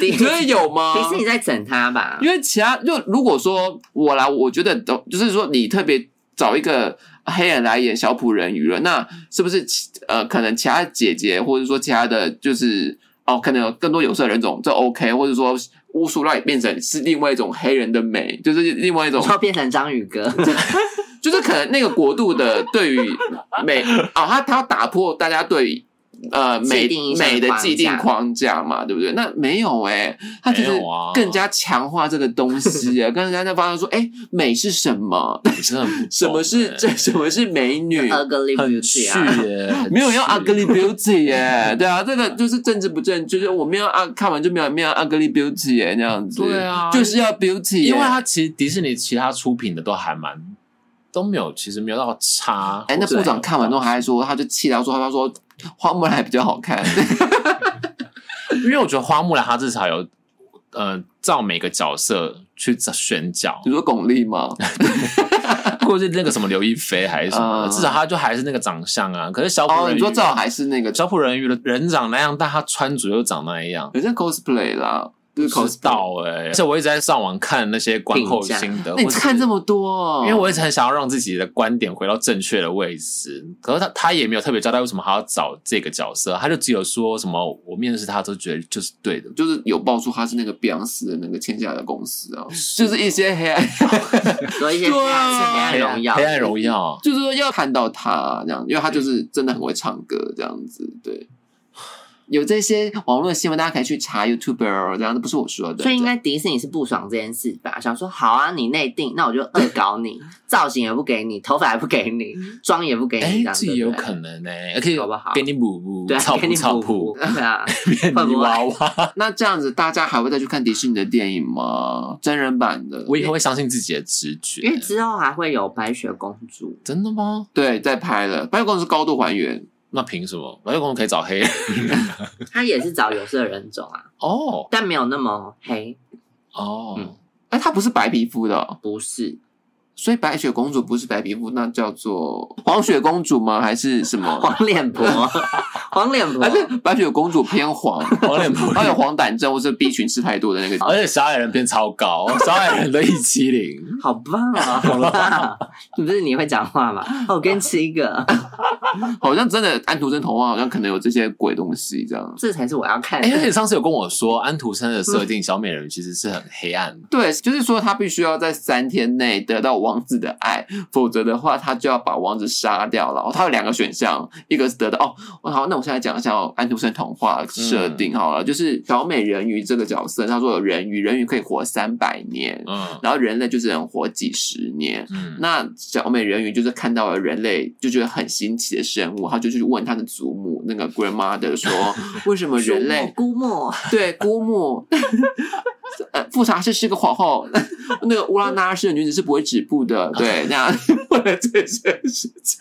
S1: 你觉得有吗？
S3: 迪士尼在整他吧？
S1: 因为其他就如果说我来，我觉得都就是说你特别找一个黑人来演小普人鱼了，那是不是其呃可能其他姐姐或者说其他的就是哦，可能有更多有色人种这 OK，或者说乌苏拉也变成是另外一种黑人的美，就是另外一种
S3: 然后变成章鱼哥，
S1: 就是可能那个国度的对于 美啊，他他要打破大家对于呃美
S3: 既定印象的
S1: 美的
S3: 框架
S1: 既定框架嘛，对不对？那没有哎、他就是
S2: 没有啊
S1: 更加强化这个东西、 啊，跟人家在发现说，哎、美是什么？
S2: 我真的很不 懂
S1: 什么是
S2: 欸呃
S1: 这？什么是美 女？
S3: Ugly
S2: 很
S3: Beauty
S2: 去
S3: 啊，
S2: 耶，很
S1: 没有要
S2: 去
S1: ugly beauty 耶、对啊，这个就是政治不正确，就是我没有啊，看完就没有没有 ugly beauty 耶、那样子，
S2: 对啊
S1: 就是要 beauty，、
S2: 因为它其实迪士尼其他出品的都还蛮都没有，其实没有到差。
S1: 哎、那
S2: 或者
S1: 部长看完之后还说，他就气到说，他说花木兰还比较好看，
S2: 因为我觉得花木兰她至少有呃照每个角色去选角
S1: 你，说巩俐吗？
S2: 或者是那个什么刘亦菲还是什么
S3: 啊
S2: 的，
S1: 嗯
S2: 至少她就还是那个长相啊。可是小普
S1: 哦，
S2: 人
S1: 你
S2: 鱼，
S1: 说赵还是那个，
S2: 小普人鱼的人长那样，但她穿着又长那样。
S1: 有些 cosplay 啦，就是
S2: 不
S1: cos
S2: 知道哎、而且我一直在上网看那些观后心 得，
S1: 那你
S2: 或是
S1: 看这么多哦，
S2: 因为我一直很想要让自己的观点回到正确的位置，可是他他也没有特别交代为什么还要找这个角色，他就只有说什么我面试他都觉得就是对的，
S1: 就是有爆出他是那个碧昂斯的那个签下的公司啊，就是一些黑暗，
S3: 有一些黑暗黑暗荣耀，
S2: 啊黑暗荣耀，
S1: 就是说要看到他这样，因为他就是真的很会唱歌这样子，对。有这些网络的新闻，大家可以去查 YouTuber 哦这样，这不是我说的。
S3: 所以应该迪士尼是不爽这件事吧？想说好啊，你内定，那我就恶搞 你，造型也不给你，头发也不给你，妆也不给
S2: 哎
S3: 你，这，样
S2: 这
S3: 子
S2: 也有可能呢、而且
S3: 好不好
S2: 给你补补
S3: 对
S2: 草
S3: 啊，
S2: 谱
S3: 给你
S2: 草
S3: 补
S2: 谱，
S3: 对啊，
S2: 变
S3: 会
S2: 泥
S3: 不会
S2: 娃娃，
S1: 那这样子，大家还会再去看迪士尼的电影吗？真人版的，
S2: 我以后会相信自己的直觉
S1: 嗯
S3: 因。为之后还会有白雪公主，
S2: 真的吗？
S1: 对在拍了，白雪公主是高度还原，
S2: 那凭什么？白雪公主可以找黑人
S3: 她也是找有色人种啊，
S2: 哦
S3: 但没有那么黑，
S2: 哦，
S3: 嗯
S1: 哎，她不是白皮肤的哦、
S3: 不是
S1: 所以白雪公主不是白皮肤，那叫做黄雪公主吗？还是什么？
S3: 黄脸 婆，黄脸婆
S1: 还，是白雪公主偏黄，
S2: 黄脸婆
S1: 她有黄疸症或是 B 群吃太多的那个。
S2: 而且小矮人变超高，小矮人都一七零。
S3: 好棒啊，好 棒！不是你会讲话吗？哦，我给你吃一个，
S1: 好像真的安徒生童话好像可能有这些鬼东西这样。
S3: 这才是我要看
S2: 哎、而
S3: 的。
S2: 且上次有跟我说，安徒生的设
S1: 嗯
S2: 定小美人其实是很黑暗的。
S1: 对，就是说他必须要在三天内得到王子的爱，否则的话他就要把王子杀掉了。哦，他有两个选项，一个是得到哦，哦好，那我现在讲一下哦安徒生童话设
S2: 嗯
S1: 定好了，就是小美人鱼这个角色，他说有人鱼，人鱼可以活三百年，
S2: 嗯
S1: 然后人类就只能活几十年。
S2: 嗯，
S1: 那小美人鱼就是看到了人类，就觉得很新奇的生物，他就去问他的祖母那个 grandmother 说，为什么人类
S3: 孤木，
S1: 对，姑母， 呃，富察氏是个皇后，那个乌拉那氏的女子是不会止步的。对，那样为了这件事情，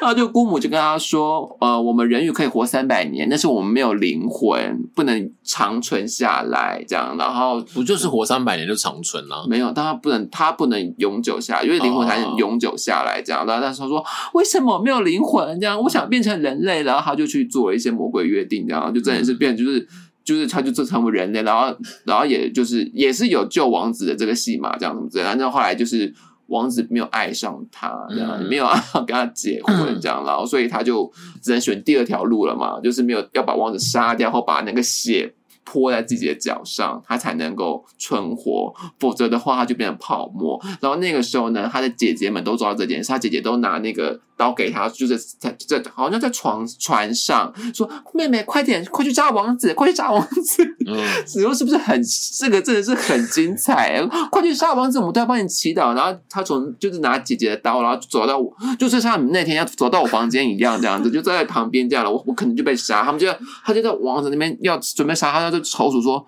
S1: 然后就姑母就跟他说，呃，我们人鱼可以活三百年，但是我们没有灵魂，不能长存下来，这样，然后。
S2: 不就是活三百年就长存啊了、
S1: 没有，但他不能，他不能永久下来，因为灵魂才能
S2: 哦
S1: 永久下来这样。然后，但是他说为什么没有灵魂？这样，我想变成人类，然后他就去做一些魔鬼约定，这样就真的是变，就是就是他就做成为人类，然后然后也就是也是有救王子的这个戏嘛，这样什么之类的。然后后来就是王子没有爱上他，这样、
S2: 嗯
S1: 没有啊 要跟他结婚
S2: 嗯
S1: 这样，然后所以他就只能选第二条路了嘛，就是没有要把王子杀掉或把那个血泼在自己的脚上，他才能够存活，否则的话他就变成泡沫。然后那个时候呢，他的姐姐们都知道这件事，他姐姐都拿那个刀给他，就是在在好像在床船上说：“妹妹，快点，快去炸王子，快去炸王子。”
S2: 嗯，
S1: 你说是不是很这个真的是很精彩？快去杀王子，我们都要帮你祈祷。然后他从就是拿姐姐的刀，然后走到我，就是像你那天要走到我房间一样，这样子就在旁边这样了。我我可能就被杀，他们就他就在王子那边要准备杀他，他就踌躇说。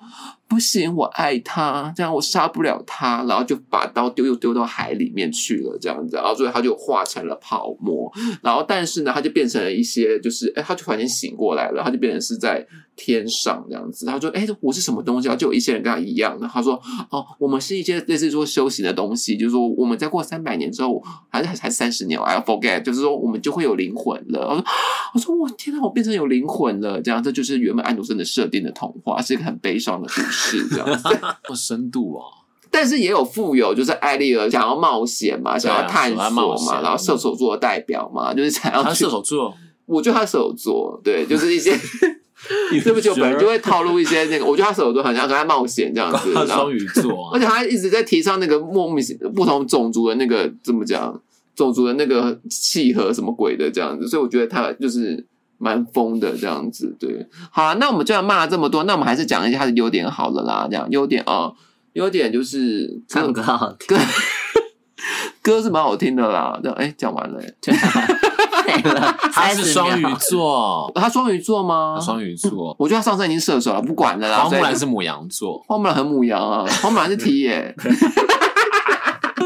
S1: 不行，我爱他，这样我杀不了他，然后就把刀丢又丢到海里面去了，这样子，然后所以他就化成了泡沫，然后但是呢，他就变成了一些，就是哎，他就突然间醒过来了，他就变成是在天上这样子。他说：“哎，我是什么东西啊？”就有一些人跟他一样，然后他说：“哦，我们是一些类似说修行的东西，就是说我们再过三百年之后，还是还三十年，I forget，就是说我们就会有灵魂了。”我说：“ 我说我天哪，我变成有灵魂了！”这样，这就是原本安徒生的设定的童话，是一个很悲伤的故事，这样 子。
S2: 有深度 啊，
S1: 但是也有富有，就是艾丽尔想要冒险嘛，想要探
S2: 啊想要冒
S1: 索嘛，
S2: 险
S1: 然后射手座的代表嘛，就是想要
S2: 他
S1: 去
S2: 射手座，
S1: 我觉得他射手座，对， 就是一些 对不起，我本人就会套路一些那个，我觉得他射手座很像跟他冒险这样子，
S2: 他
S1: 然后
S2: 双鱼座
S1: 而
S2: 啊，
S1: 且他一直在提倡那个莫名其不同种族的那个怎么讲，种族的那个契合什么鬼的这样子，所以我觉得他就是蛮疯的这样子。对，好啦，那我们既然骂了这么多，那我们还是讲一下他的优点好了啦。这样优点啊、优点就是
S3: 唱
S1: 歌
S3: 歌好 听，
S1: 歌歌是蛮好听的啦。这样哎，讲完了、欸，
S3: 对了，
S2: 他是双
S3: 30秒
S1: 啊
S2: 鱼 座，
S1: 他双鱼座吗
S2: 他？双鱼座，
S1: 我觉得他上升已经射手了，不管了啦。
S2: 花木兰
S1: 所以
S2: 是母羊座，
S1: 花木兰很母羊 啊，花木兰是 T 耶、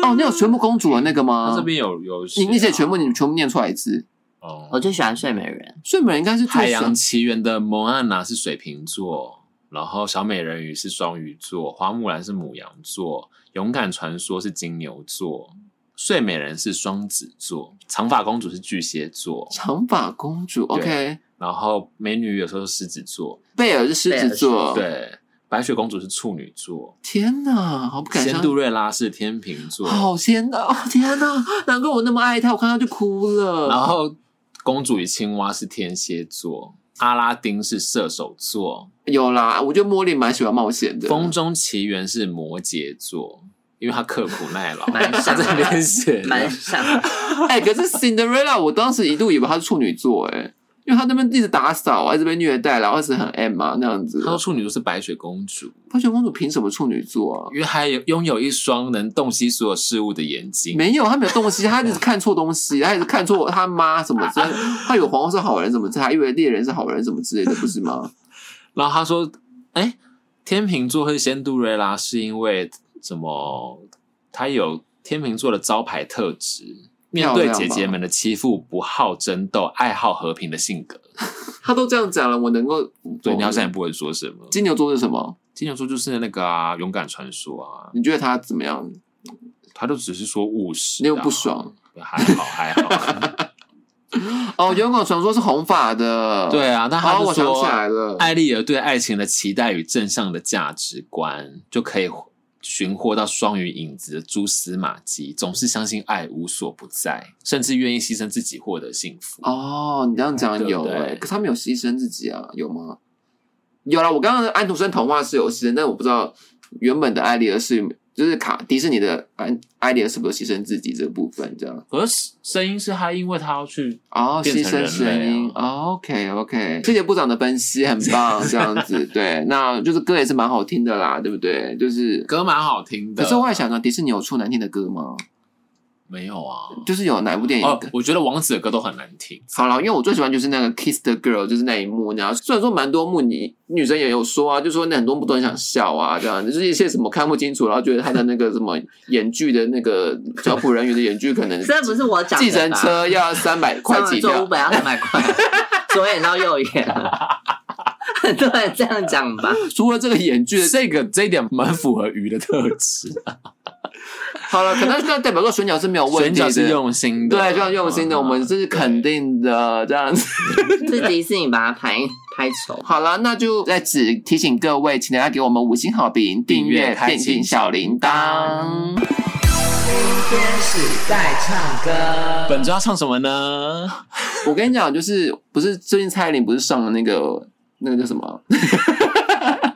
S1: 哦，你有全部公主的那个吗？
S2: 他这边有有
S1: 嗯
S2: 写
S1: 你
S2: 啊
S1: 你写全部，你全部念出来一次。
S2: 哦
S3: 我最喜欢睡美人，
S1: 睡美人应该是最
S2: 海洋
S1: 神
S2: 奇缘的蒙娜娜是水瓶座，然后小美人鱼是双鱼座，花木兰是母羊座，勇敢传说是金牛座，睡美人是双子座，长发公主是巨蟹座，
S1: 长发公主。OK，
S2: 然后美女有时候是狮子座，
S1: 贝尔是狮子座，，
S2: 对，白雪公主是处女座，
S1: 天哪，好不敢
S2: 仙
S1: 相
S2: 杜
S1: 信。
S2: 瑞拉是天秤座，
S1: 好仙的哦！天哪，难怪我那么爱她，我看到就哭
S2: 然
S1: 了。
S2: 后公主与青蛙是天蝎座，阿拉丁是射手座，
S1: 有啦，我觉得茉莉蛮喜欢冒险的。
S2: 风中奇缘是摩羯座，因为他刻苦耐劳，
S3: 蛮
S2: 他
S3: 像的
S2: 这边写的
S3: 蛮像 的。
S1: 哎、 可是 Cinderella，我当时一度以为她是处女座、哎，因为她那边一直打扫啊，一直被虐待，然后一直很 M 啊那样子
S2: 他。说处女座是白雪公主，
S1: 白雪公主凭什么处女座啊？
S2: 因为她有拥有一双能洞悉所有事物的眼睛。
S1: 没有，她没有东西，她一直看错东西，她一直看错她妈什么之类的。她以为皇后是好人什么之类的，她以为猎人是好人什么之类的，不是吗？
S2: 然后他说：“哎，天秤座会仙杜瑞拉是因为什么？他有天秤座的招牌特质，面
S1: 漂
S2: 对
S1: 亮吧
S2: 姐姐们的欺负，不好争斗，爱好和平的性格。
S1: 她都这样讲了，我能够
S2: 所以你要现在不会说什么。
S1: 金牛座是什么？
S2: 金牛座就是那个啊，勇敢传说啊，
S1: 你觉得他怎么样？
S2: 他就只是说务实、啊，
S1: 你有不爽？
S2: 还好还好。
S1: 哦，勇敢传说是红发的，
S2: 对啊，但他
S1: 哦，
S2: 就
S1: 我想
S2: 说
S1: 起来了，
S2: 艾丽儿对爱情的期待与正向的价值观，就可以寻获到双鱼影子的蛛丝马迹，总是相信爱无所不在，甚至愿意牺牲自己获得幸福。
S1: 哦，你这样讲有
S2: 对
S1: 哎、
S2: 不对
S1: 可是他没有牺牲自己啊，有吗？有啦，我刚刚的安徒生童话是有牺牲，但我不知道原本的艾丽儿是就是卡迪士尼的安艾丽儿是不是有牺牲自己这部分这样？
S2: 可是声音是他，因为他要去，
S1: 哦，牺
S2: 变成
S1: 牲声
S2: 人类啊
S1: 音、哦、，OK OK，谢谢部长的分析，很棒，这样 子对，那就是歌也是蛮好听的啦，对不对？就是，
S2: 歌蛮好听的。
S1: 可是我在想呢，迪士尼有出难听的歌吗？
S2: 没有啊。
S1: 就是有哪部电影？
S2: 哦，我觉得王子的歌都很难听。
S1: 好了，因为我最喜欢就是那个 Kiss the Girl，就是那一幕，然后虽然说蛮多幕你女生也有说啊，就说那很多幕都很想笑啊，这样就是一些什么看不清楚，然后觉得他的那个什么演剧的那个小普人员的演剧 可能
S3: 这不是我讲的吧
S1: 计程车要三百块
S3: 上
S1: 起
S3: 了做
S1: 跳
S3: 五，百要三百块，左眼到右眼， 很多人这样讲吧。
S1: 除了这个演剧的，
S2: 这个这一点蛮符合鱼的特 质，
S1: 好了，可能那代表说选角是没有问
S2: 选
S1: 题
S2: 角是
S1: 的。啊
S2: 用心的，哦
S1: 对，非常用心的，我们这是肯定的，这样子。
S3: 是迪士尼把它拍拍 丑，
S1: 好了，那就在此提醒各位，请大家给我们五星好评、订
S2: 订
S1: 阅
S2: 阅、开
S1: 电
S2: 启
S1: 进小铃铛。
S2: 本周要唱什么呢？
S1: 我跟你讲，就是不是最近蔡依林不是上了那个那个叫什么？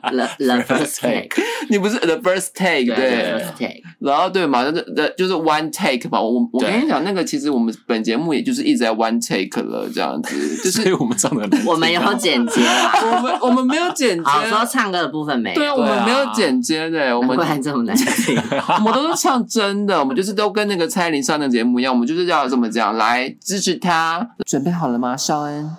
S3: 了了 first take，
S1: 你不是 the first take 对，
S3: 对 first take，
S1: 然后对嘛，那就那就是 one take 嘛。我我
S2: 对
S1: 跟你讲，那个其实我们本节目也就是一直在 one take 了，这样子，就
S2: 所以
S1: 是
S2: 我们唱的 很难听啊
S3: 我们有剪接 啦。
S1: 我们我们没有剪接，
S3: 好，说唱歌的部分没
S1: 对
S3: 有，
S1: 啊，我
S2: 对
S1: 们
S2: 啊
S1: 没有剪接的，我
S3: 难
S1: 们
S3: 怪 这么难听。
S1: 我们都是唱真的，我们就是都跟那个蔡依林上的节目一样，我们就是要怎么讲来支持她。准备好了吗，肖恩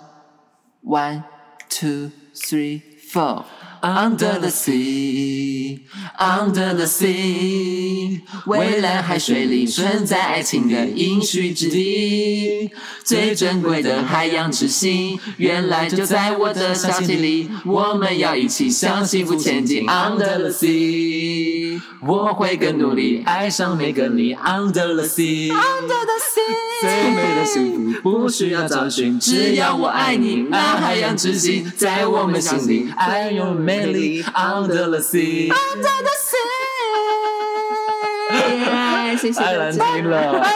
S1: ？One, two, three, four. Under the sea, under the sea，蔚蓝海水里存在爱情的应许之地，最珍贵的海洋之心，原来就在我的小心里。我们要一起向幸福前进，Under the sea，我会更努力爱上每个你，Under the sea。最美的幸福不需要找寻，只要我爱你，那海洋之心在我们心里，爱有魅力，under the sea。
S3: 耶 谢谢大家。
S2: 了，拜拜。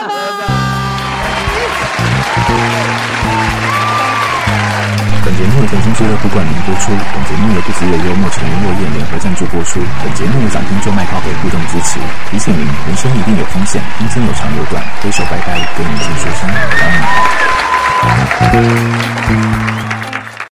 S4: 本节目由腾讯俱乐部冠名播出。本节目由不只有幽默成员落叶联合赞助播出。本节目由掌听做麦靠北互动支持。提醒您，人生一定有风险，人生有长有短，挥手拜拜，跟你说声晚安。